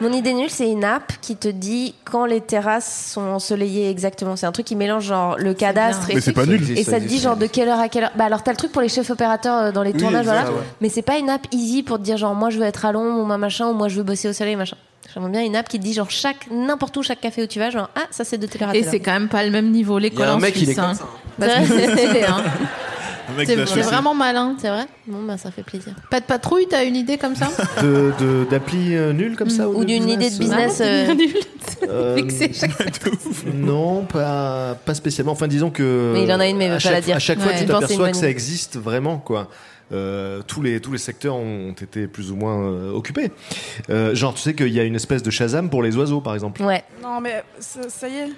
Mon idée nulle, c'est une app qui te dit quand les terrasses sont ensoleillées exactement. C'est un truc qui mélange genre le cadastre et
Mais c'est pas nul.
Et ça te dit genre de quelle heure à quelle heure. Bah alors t'as le truc pour les chefs opérateurs euh, dans les
Oui,
tournages,
exact,
voilà.
ouais.
Mais c'est pas une app easy pour te dire genre moi je veux être à Londres ou moi machin ou moi je veux bosser au soleil machin. J'aimerais bien une app qui te dit genre chaque n'importe où chaque café où tu vas genre ah ça c'est de telle heure à
Et
telle
c'est
heure.
quand même pas le même niveau
Il y
l'école
a un
en
mec, il
Suisse,
est comme
hein.
ça.
Parce que c'est- c'est hein.
Un mec de
C'est
la
c'est
chaussée.
vraiment malin.
C'est vrai Bon bah ça fait plaisir.
Pas de patrouille, t'as une idée comme ça
De- de- D'appli euh, nulle comme ça
Ou
de
d'une idée de business. euh,
euh,
fixée chaque-
Non, pas, pas spécialement. Enfin, disons que.
Mais il en a une, mais il
à
veut pas
chaque-
la dire.
À chaque fois,
Ouais.
tu
Je pense que c'est une
t'aperçois que
bonne
ça
idée.
existe vraiment, quoi. Euh, tous, les, tous les secteurs ont été plus ou moins euh, occupés. Euh, genre, tu sais qu'il y a une espèce de Shazam pour les oiseaux, par exemple.
Ouais.
Non, mais ça, ça y est.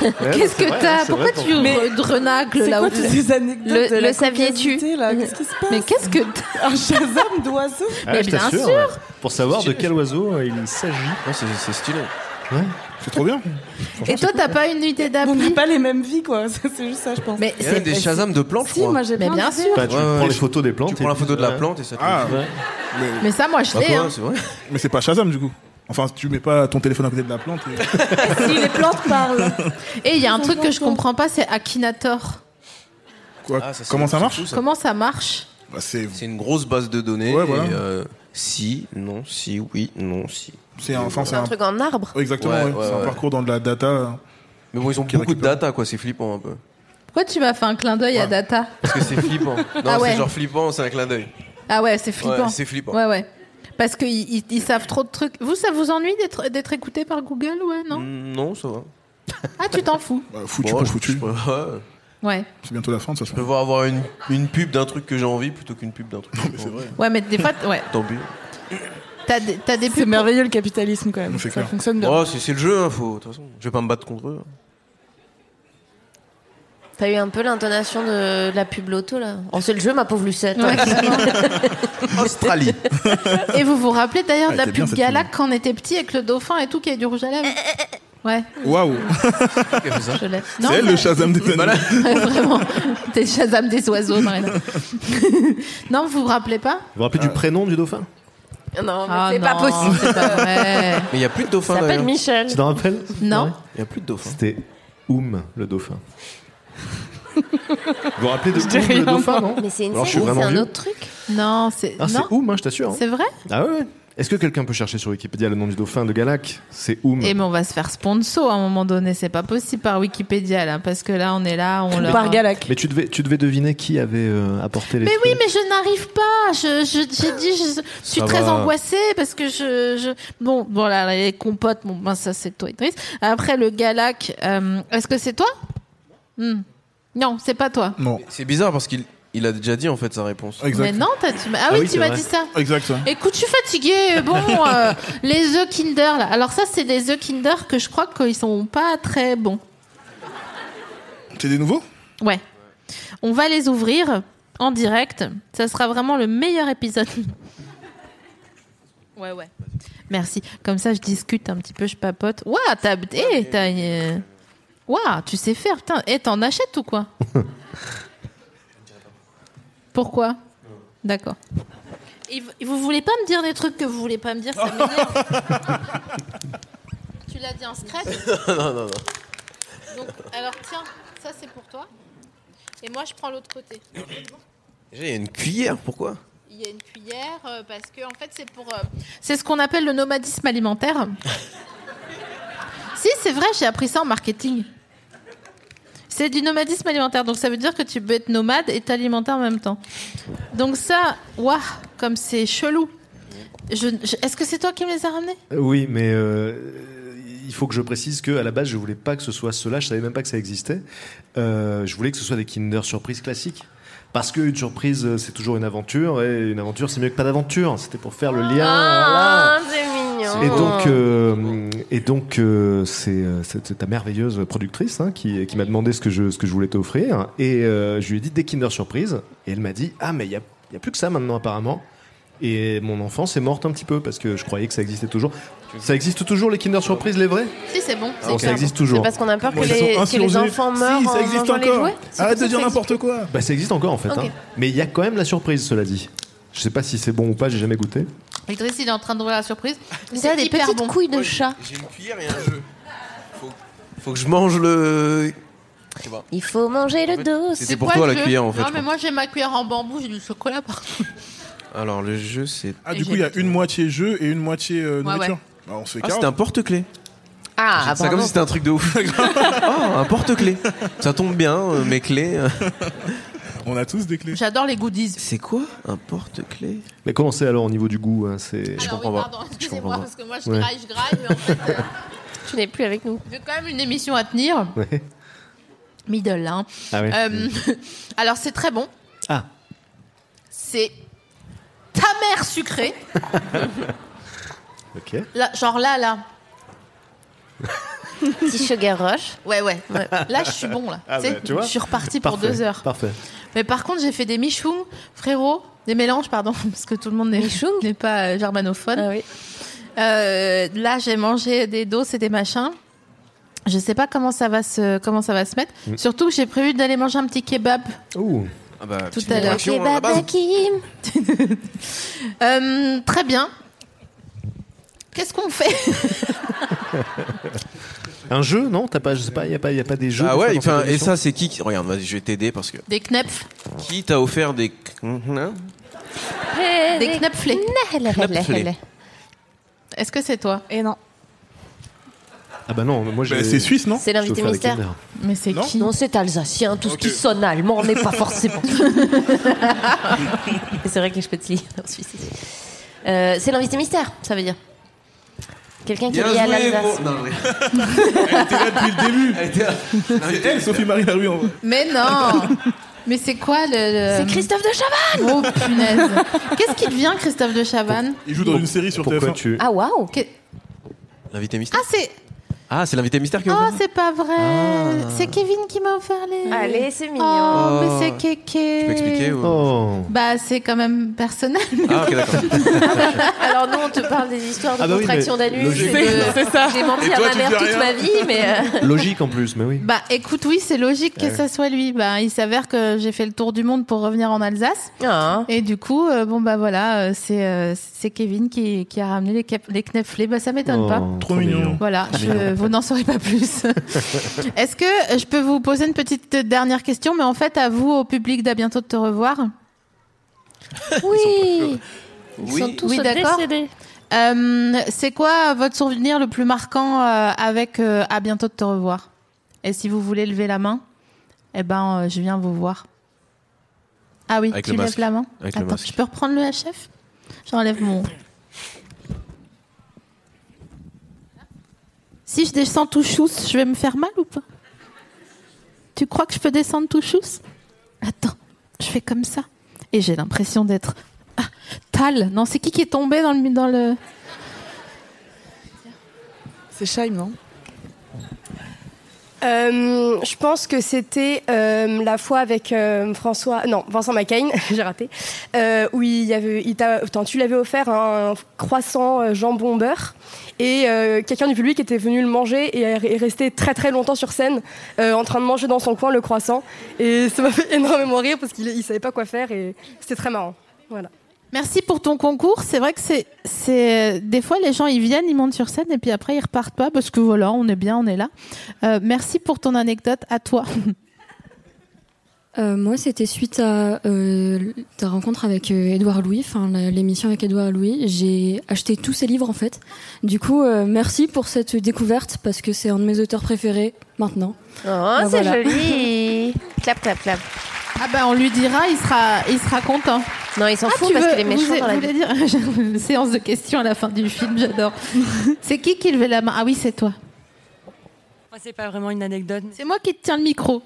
Ouais,
Qu'est-ce
c'est
que
vrai,
t'as
c'est
Ah, Pourquoi
vrai,
tu
pour-
re- de renacles
C'est
là
quoi
où
toutes ces anecdotes
Le,
de la
le saviais-tu
Qu'est-ce qui se passe
Mais qu'est-ce que t'as
Un Shazam d'oiseau
Ah, je t'assure, ouais. Pour savoir de quel oiseau euh, il s'agit.
c'est stylé.
C'est trop bien.
Et toi, t'as pas une idée
Ah
d'appli On n'a
pas les mêmes vies, quoi. Ça, C'est juste ça, je pense.
Mais
Il y a des Shazam de plantes,
Si, moi, j'ai
Mais
plein
bien
d'idées.
sûr.
Bah, tu
Ouais,
prends
ouais,
les
je-
photos des plantes.
Tu prends la photo de la plante et ça te
Ah,
le fait.
Mais ça, moi, je
Bah,
l'ai.
quoi,
hein.
c'est vrai.
Mais c'est pas Shazam du coup. Enfin, tu mets pas ton téléphone à côté de la plante.
Si les plantes parlent.
Et il y a un truc que je comprends pas, c'est Akinator.
Quoi
Ah,
Comment ça marche
Comment ça marche
Bah, C'est
c'est une grosse base de données.
Ouais, voilà.
et, euh, si, non, si, oui, non, si.
c'est un, enfin, c'est
Un
un-
truc en arbre.
Exactement,
Ouais,
ouais.
ouais,
c'est un
ouais.
parcours dans de la data.
Mais bon, ils ont beaucoup de data, quoi. C'est flippant un peu.
Pourquoi tu m'as fait un clin d'œil à Data
Parce que c'est flippant. Non,
Ah ouais.
c'est genre flippant, c'est un clin d'œil.
Ah ouais, c'est flippant.
Ouais, c'est flippant.
Ouais, ouais. Parce qu'ils ils, ils savent trop de trucs. Vous, ça vous ennuie d'être d'être écouté par Google, ouais, non
Mm, Non, ça va.
Ah, tu t'en fous
bah, foutu
Bon,
pour
je-
foutu.
je- ouais.
Ouais.
C'est bientôt la fin de toute
Je
façon.
préfère avoir une, une pub d'un truc que j'ai envie plutôt qu'une pub d'un truc. c'est vrai.
Ouais, mais des fois, t- ouais.
Tant pis.
T'as des, t'as des
C'est
pubs.
merveilleux le capitalisme quand même.
C'est
Ça
clair.
fonctionne bien.
Oh, c'est c'est le jeu, hein, faut, de toute façon. Je vais pas me battre contre eux. hein.
T'as eu un peu l'intonation de la pub loto là. Oh, c'est le jeu, ma pauvre Lucette.
Australie.
Et vous vous rappelez d'ailleurs
Ah,
de la
elle était bien,
pub
cette
Galac quand on était petit avec le dauphin et tout qui avait du rouge à lèvres Ouais.
Waouh
Je l'ai. Non,
C'est elle
mais-
le Shazam des animaux.
Vraiment, t'es le Shazam des oiseaux, Marina. non, vous vous rappelez pas
Vous vous rappelez
Euh,
du prénom du dauphin
Ah, Non,
mais c'est pas possible. Ah C'est pas vrai.
Mais il n'y a plus de dauphin
s'appelle
d'ailleurs.
Michel.
Tu te rappelles
Non.
Il n'y a plus de dauphin.
C'était Oum le dauphin. vous vous rappelez de
Je dis
Oum le
rien,
dauphin,
moi.
non
Mais c'est une
Alors, je suis
série,
vraiment
c'est un
vieux.
autre truc.
Non, c'est.
Ah, c'est
non.
Oum, hein, je t'assure. hein.
C'est vrai
Ah ouais, ouais. Est-ce que quelqu'un peut chercher sur Wikipédia le nom du dauphin de Galac C'est Oum.
Et Eh, mais on va se faire sponsor à un moment donné, c'est pas possible par Wikipédia là, parce que là on est là, on leur...
Mais tu devais, tu devais deviner qui avait euh, apporté les.
Mais
trucs.
oui, mais je n'arrive pas. Je, je, j'ai dit, je, je suis
Ça
très
va.
angoissée parce que je, je... bon, voilà, les compotes, bon, ben ça c'est toi, Idriss. Après le Galac, euh, est-ce que c'est toi Hmm. Non, c'est pas toi.
Non.
C'est bizarre parce qu'il il a déjà dit en fait sa réponse.
Mais non, t'as, tu m'as- ah, oui, tu m'as dit ça.
Exact.
Écoute, je suis fatiguée. Bon, euh, les œufs Kinder là. Alors ça, c'est des œufs Kinder que je crois qu'ils sont pas très bons.
T'es des nouveaux
Ouais. On va les ouvrir en direct. Ça sera vraiment le meilleur épisode. Ouais, ouais. Merci. Comme ça, je discute un petit peu, je papote. Ouah, t'as. eh, t'as une- Ouah, tu sais faire, putain. Eh, t'en achètes ou quoi Pourquoi D'accord. Et vous- vous voulez pas me dire des trucs que vous voulez pas me dire, ça m'énerve. tu l'as dit en secret
non, non, non.
Donc, alors tiens, ça c'est pour toi. Et moi je prends l'autre côté.
Déjà, il y a une cuillère, pourquoi
Il y a une cuillère euh, parce que en fait c'est pour. euh, c'est ce qu'on appelle le nomadisme alimentaire. si c'est vrai, j'ai appris ça en marketing. C'est du nomadisme alimentaire, donc ça veut dire que tu peux être nomade et t'alimenter en même temps. Donc ça, waouh, comme c'est chelou. Je- je- Est-ce que c'est toi qui me les as ramenés
Euh, Oui, mais euh, il faut que je précise que à la base, je voulais pas que ce soit cela. Je savais même pas que ça existait. Euh, je voulais que ce soit des Kinder Surprise classiques. Parce qu'une surprise, euh, c'est toujours une aventure, et une aventure, c'est mieux que pas d'aventure. C'était pour faire le lien.
Ah, c'est mignon.
Et donc, euh, et donc, euh, c'est euh, c'est- c'est ta merveilleuse productrice hein, qui, qui m'a demandé ce que je ce que je voulais t'offrir et euh, je lui ai dit des Kinder Surprise et elle m'a dit ah mais il y a, il y a plus que ça maintenant apparemment et mon enfance est morte un petit peu parce que je croyais que ça existait toujours. Ça existe toujours les Kinder Surprise les vrais
Si c'est bon.
Ah, ok, ça existe toujours.
C'est parce qu'on a peur que
Bon, ils
les,
sont
que les
insurgés.
enfants meurent
Si, ça
en
existe
mangeant les
encore.
jouets. C'est pour
Arrête de
ça que
dire
ça
n'importe
existe.
quoi.
Bah ça existe encore en fait
Ok.
hein. mais il y a quand même la surprise cela dit. Je sais pas si c'est bon ou pas, j'ai jamais goûté.
Idriss, il est en train d'ouvrir la surprise.
Il
C'est
a des
hyper
petites
bon.
couilles de chat.
J'ai une cuillère et un jeu. Faut que je mange le. Je sais pas.
Il faut manger le dos.
c'était pour toi, la cuillère, en fait,
Non,
je
mais moi j'ai ma cuillère en bambou, j'ai du chocolat partout.
Alors le jeu c'est.
Ah, du coup, il y a une moitié jeu et une moitié euh,
Ouais,
nourriture.
ouais.
Bah, on se fait
Ah,
carotte.
c'était un porte-clé.
Ah,
c'est comme si c'était un truc de ouf. oh, un porte-clé. Ça tombe bien, euh, mes clés. euh.
On a tous des clés.
J'adore les goodies.
C'est quoi un porte-clé
Mais comment c'est alors au niveau du goût hein, c'est
Alors Ah bah oui, pardon, excusez-moi, parce que moi je
Ouais.
graille, je graille, mais en fait, euh,
Tu n'es plus avec nous.
j'ai quand même une émission à tenir.
Ouais.
Middle, hein.
Ah ouais.
Euh, alors c'est très bon.
Ah.
C'est ta mère sucrée.
OK.
Là, genre là, là.
Petit sugar rush.
Ouais, ouais. Là, je suis bon, là.
Ah
Tu sais,
bah, tu vois
je suis reparti pour
Parfait,
deux heures.
Parfait.
Mais par contre, j'ai fait des michoum, frérot, des mélanges, pardon, parce que tout le monde n'est n'est pas euh, germanophone.
Ah
Euh, là, j'ai mangé des dos et des machins. Je sais pas comment ça va se comment ça va se mettre.
Mm.
Surtout que j'ai prévu d'aller manger un petit kebab
Ouh.
Ah bah,
tout
petite
à l'heure.
réaction, hein, à la base.
Euh, très bien. Qu'est-ce qu'on fait
Un jeu, non T'as pas, je sais pas, il y a pas, y a pas des jeux.
Ah
comme
ouais,
dans cette
enfin, et
émission
ça c'est qui, qui- Regarde, vas-y, je vais t'aider parce que.
Des knepf
Qui t'a offert des. Hein
Des knepflés.
Knepflés.
Eh Est-ce que c'est toi
Et non.
Ah bah non, moi j'ai.
Bah, c'est suisse, non
C'est l'invité mystère.
Mais c'est qui
Non, c'est alsacien. Tout ce qui sonne allemand n'est pas forcément. Et c'est vrai que les spätzle en Suisse. Euh, c'est l'invité mystère, ça veut dire. Quelqu'un qui est
Bien
lié à
joué,
l'Alsace.
gros. Non, mais-
Elle était là depuis le début. C'est elle, Sophie Marie Larue. en vrai.
Mais non Mais c'est quoi le. C'est
Christophe de
Chavannes Oh punaise Qu'est-ce qui devient Christophe de Chavannes
Il joue dans une série sur
Pourquoi
TF1.
tu-
Ah
waouh
L'invité mystère.
Ah c'est.
Ah, c'est l'invité mystère qui
Oh c'est pas vrai
Ah.
C'est Kevin qui m'a offert les.
Allez, c'est mignon.
Oh, mais
Oh.
c'est Kéké
Tu peux expliquer ou...
Oh.
Bah c'est quand même personnel.
Ah, ok, d'accord.
Alors nous, on te parle des histoires de
Ah bah oui,
contraction
mais
d'anus.
logique.
et de-
C'est ça.
J'ai menti
Et
à
toi,
ma
tu
mère
dis
toute
rien.
ma vie, mais. euh,
Logique en plus, mais oui.
Bah écoute, oui, c'est logique que
Ah oui.
ça soit lui. Bah, il s'avère que j'ai fait le tour du monde pour revenir en Alsace. Et du coup, euh, bon bah voilà, euh, c'est euh, c'est Kevin qui, qui a ramené les, cap- les kneflés. Bah ça m'étonne
Oh,
pas.
trop mignon. mignon.
Voilà,
Trop
je-
mignon.
vous n'en saurez pas plus. Est-ce que euh, je peux vous poser une petite dernière question, mais en fait à vous, au public, d'à bientôt de te revoir. Oui.
Ils sont tous
oui, d'accord.
décédés.
Euh, c'est quoi votre souvenir le plus marquant euh, avec euh, À bientôt de te revoir Et si vous voulez lever la main, eh ben, euh, je viens vous voir. Ah oui,
Avec
tu
le
lèves
masque.
la main
Avec le
Attends,
masque.
je peux reprendre le HF J'enlève mon. Si je descends tout chousse, je vais me faire mal ou pas Tu crois que je peux descendre tout chousse Attends, je fais comme ça. Et j'ai l'impression d'être. Ah, Tal Non, c'est qui qui est tombé dans le. Dans le...
C'est Chaim, non
Euh, je pense que c'était euh, la fois avec euh, François, non Vincent McCain, j'ai raté, euh, où il y avait, il t'a- attends, tu l'avais offert un croissant euh, jambon beurre et euh, quelqu'un du public était venu le manger et est resté très très longtemps sur scène euh, en train de manger dans son coin le croissant et ça m'a fait énormément rire parce qu'il il savait pas quoi faire et c'était très marrant. Voilà.
Merci pour ton concours. C'est vrai que c'est, c'est des fois les gens ils viennent, ils montent sur scène et puis après ils repartent pas parce que voilà, on est bien, on est là. Euh, merci pour ton anecdote. À toi.
Euh, moi, c'était suite à euh, ta rencontre avec euh, Édouard Louis, enfin la- l'émission avec Édouard Louis. J'ai acheté tous ses livres en fait. Du coup, euh, merci pour cette découverte parce que c'est un de mes auteurs préférés maintenant.
Oh, c'est joli. clap, clap, clap.
Ah ben on lui dira, il sera, il sera content.
Non, il s'en
Ah,
fout
tu
parce
veux-
qu'il est méchant
vous-
dans la
vous
vie.
voulez dire une séance de questions à la fin du film, j'adore. c'est qui qui levait la main Ah oui, c'est toi.
Moi, c'est pas vraiment une anecdote.
C'est moi qui te tiens le micro.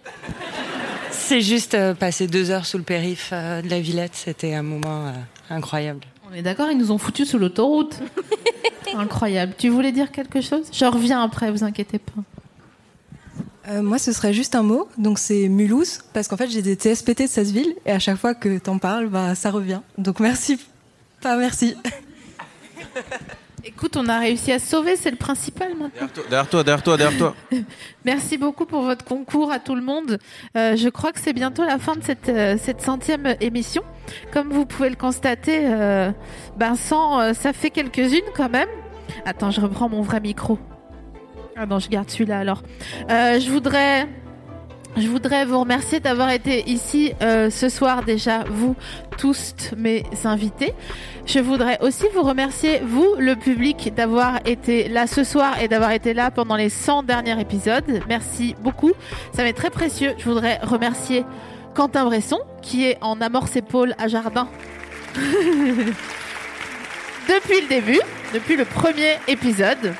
C'est juste euh, passer deux heures sous le périph euh, de la Villette. C'était un moment euh, incroyable.
On est d'accord, ils nous ont foutus sous l'autoroute. Incroyable. Tu voulais dire quelque chose Je reviens après, vous inquiétez pas.
Euh, moi, ce serait juste un mot, donc c'est Mulhouse, parce qu'en fait, j'ai des TSPT de Sasseville, et à chaque fois que t'en parles, bah, ça revient. Donc merci. Pas merci.
Écoute, on a réussi à se sauver, c'est le principal maintenant.
Derrière toi, derrière toi, derrière toi.
Merci beaucoup pour votre concours à tout le monde. Euh, je crois que c'est bientôt la fin de cette, euh, cette centième émission. Comme vous pouvez le constater, euh, ben sans, euh, ça fait quelques-unes quand même. Attends, je reprends mon vrai micro. Ah non, je garde celui-là alors. Euh, je voudrais... Je voudrais vous remercier d'avoir été ici euh, ce soir déjà, vous tous mes invités. Je voudrais aussi vous remercier, vous, le public, d'avoir été là ce soir et d'avoir été là pendant les 100 derniers épisodes. Merci beaucoup, ça m'est très précieux. Je voudrais remercier Quentin Bresson, qui est en amorce épaule à Jardin. depuis le début, depuis le premier épisode.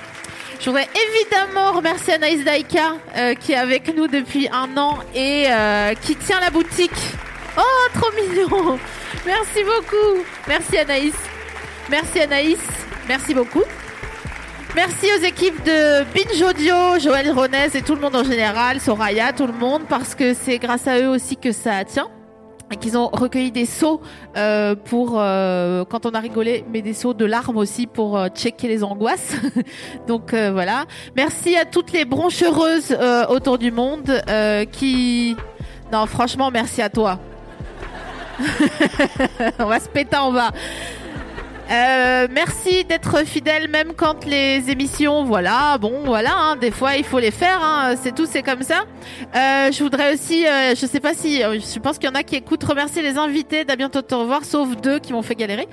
Je voudrais évidemment remercier Anaïs Daika euh, qui est avec nous depuis un an et euh, qui tient la boutique. Oh, trop mignon Merci beaucoup Merci Anaïs Merci Anaïs Merci beaucoup Merci aux équipes de Binge Audio, Joël Ronez et tout le monde en général, Soraya, tout le monde, parce que c'est grâce à eux aussi que ça tient. Et qu'ils ont recueilli des seaux euh, pour euh, quand on a rigolé, mais des seaux de larmes aussi pour euh, checker les angoisses. Donc euh, voilà. Merci à toutes les bronchereuses euh, autour du monde euh, qui. Non, franchement, merci à toi. on va se péter en bas. Euh, merci d'être fidèle même quand les émissions, voilà, bon, voilà, hein, des fois il faut les faire, hein, c'est tout, c'est comme ça. Euh, je voudrais aussi, euh, je sais pas si, euh, je pense qu'il y en a qui écoutent, remercier les invités d'à bientôt te revoir, sauf deux qui m'ont fait galérer.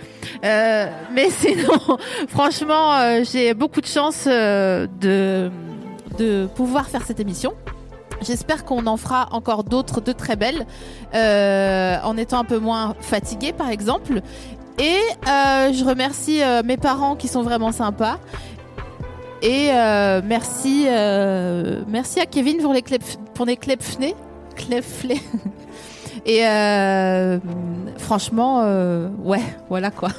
Euh, mais sinon, franchement, euh, j'ai beaucoup de chance euh, de de pouvoir faire cette émission. J'espère qu'on en fera encore d'autres de très belles, euh, en étant un peu moins fatigué par exemple. Et euh, je remercie euh, mes parents qui sont vraiment sympas. Et euh, merci, euh, merci à Kevin pour les clefs, pour les clefnés, cleflés. Et euh, franchement, euh, ouais, voilà quoi.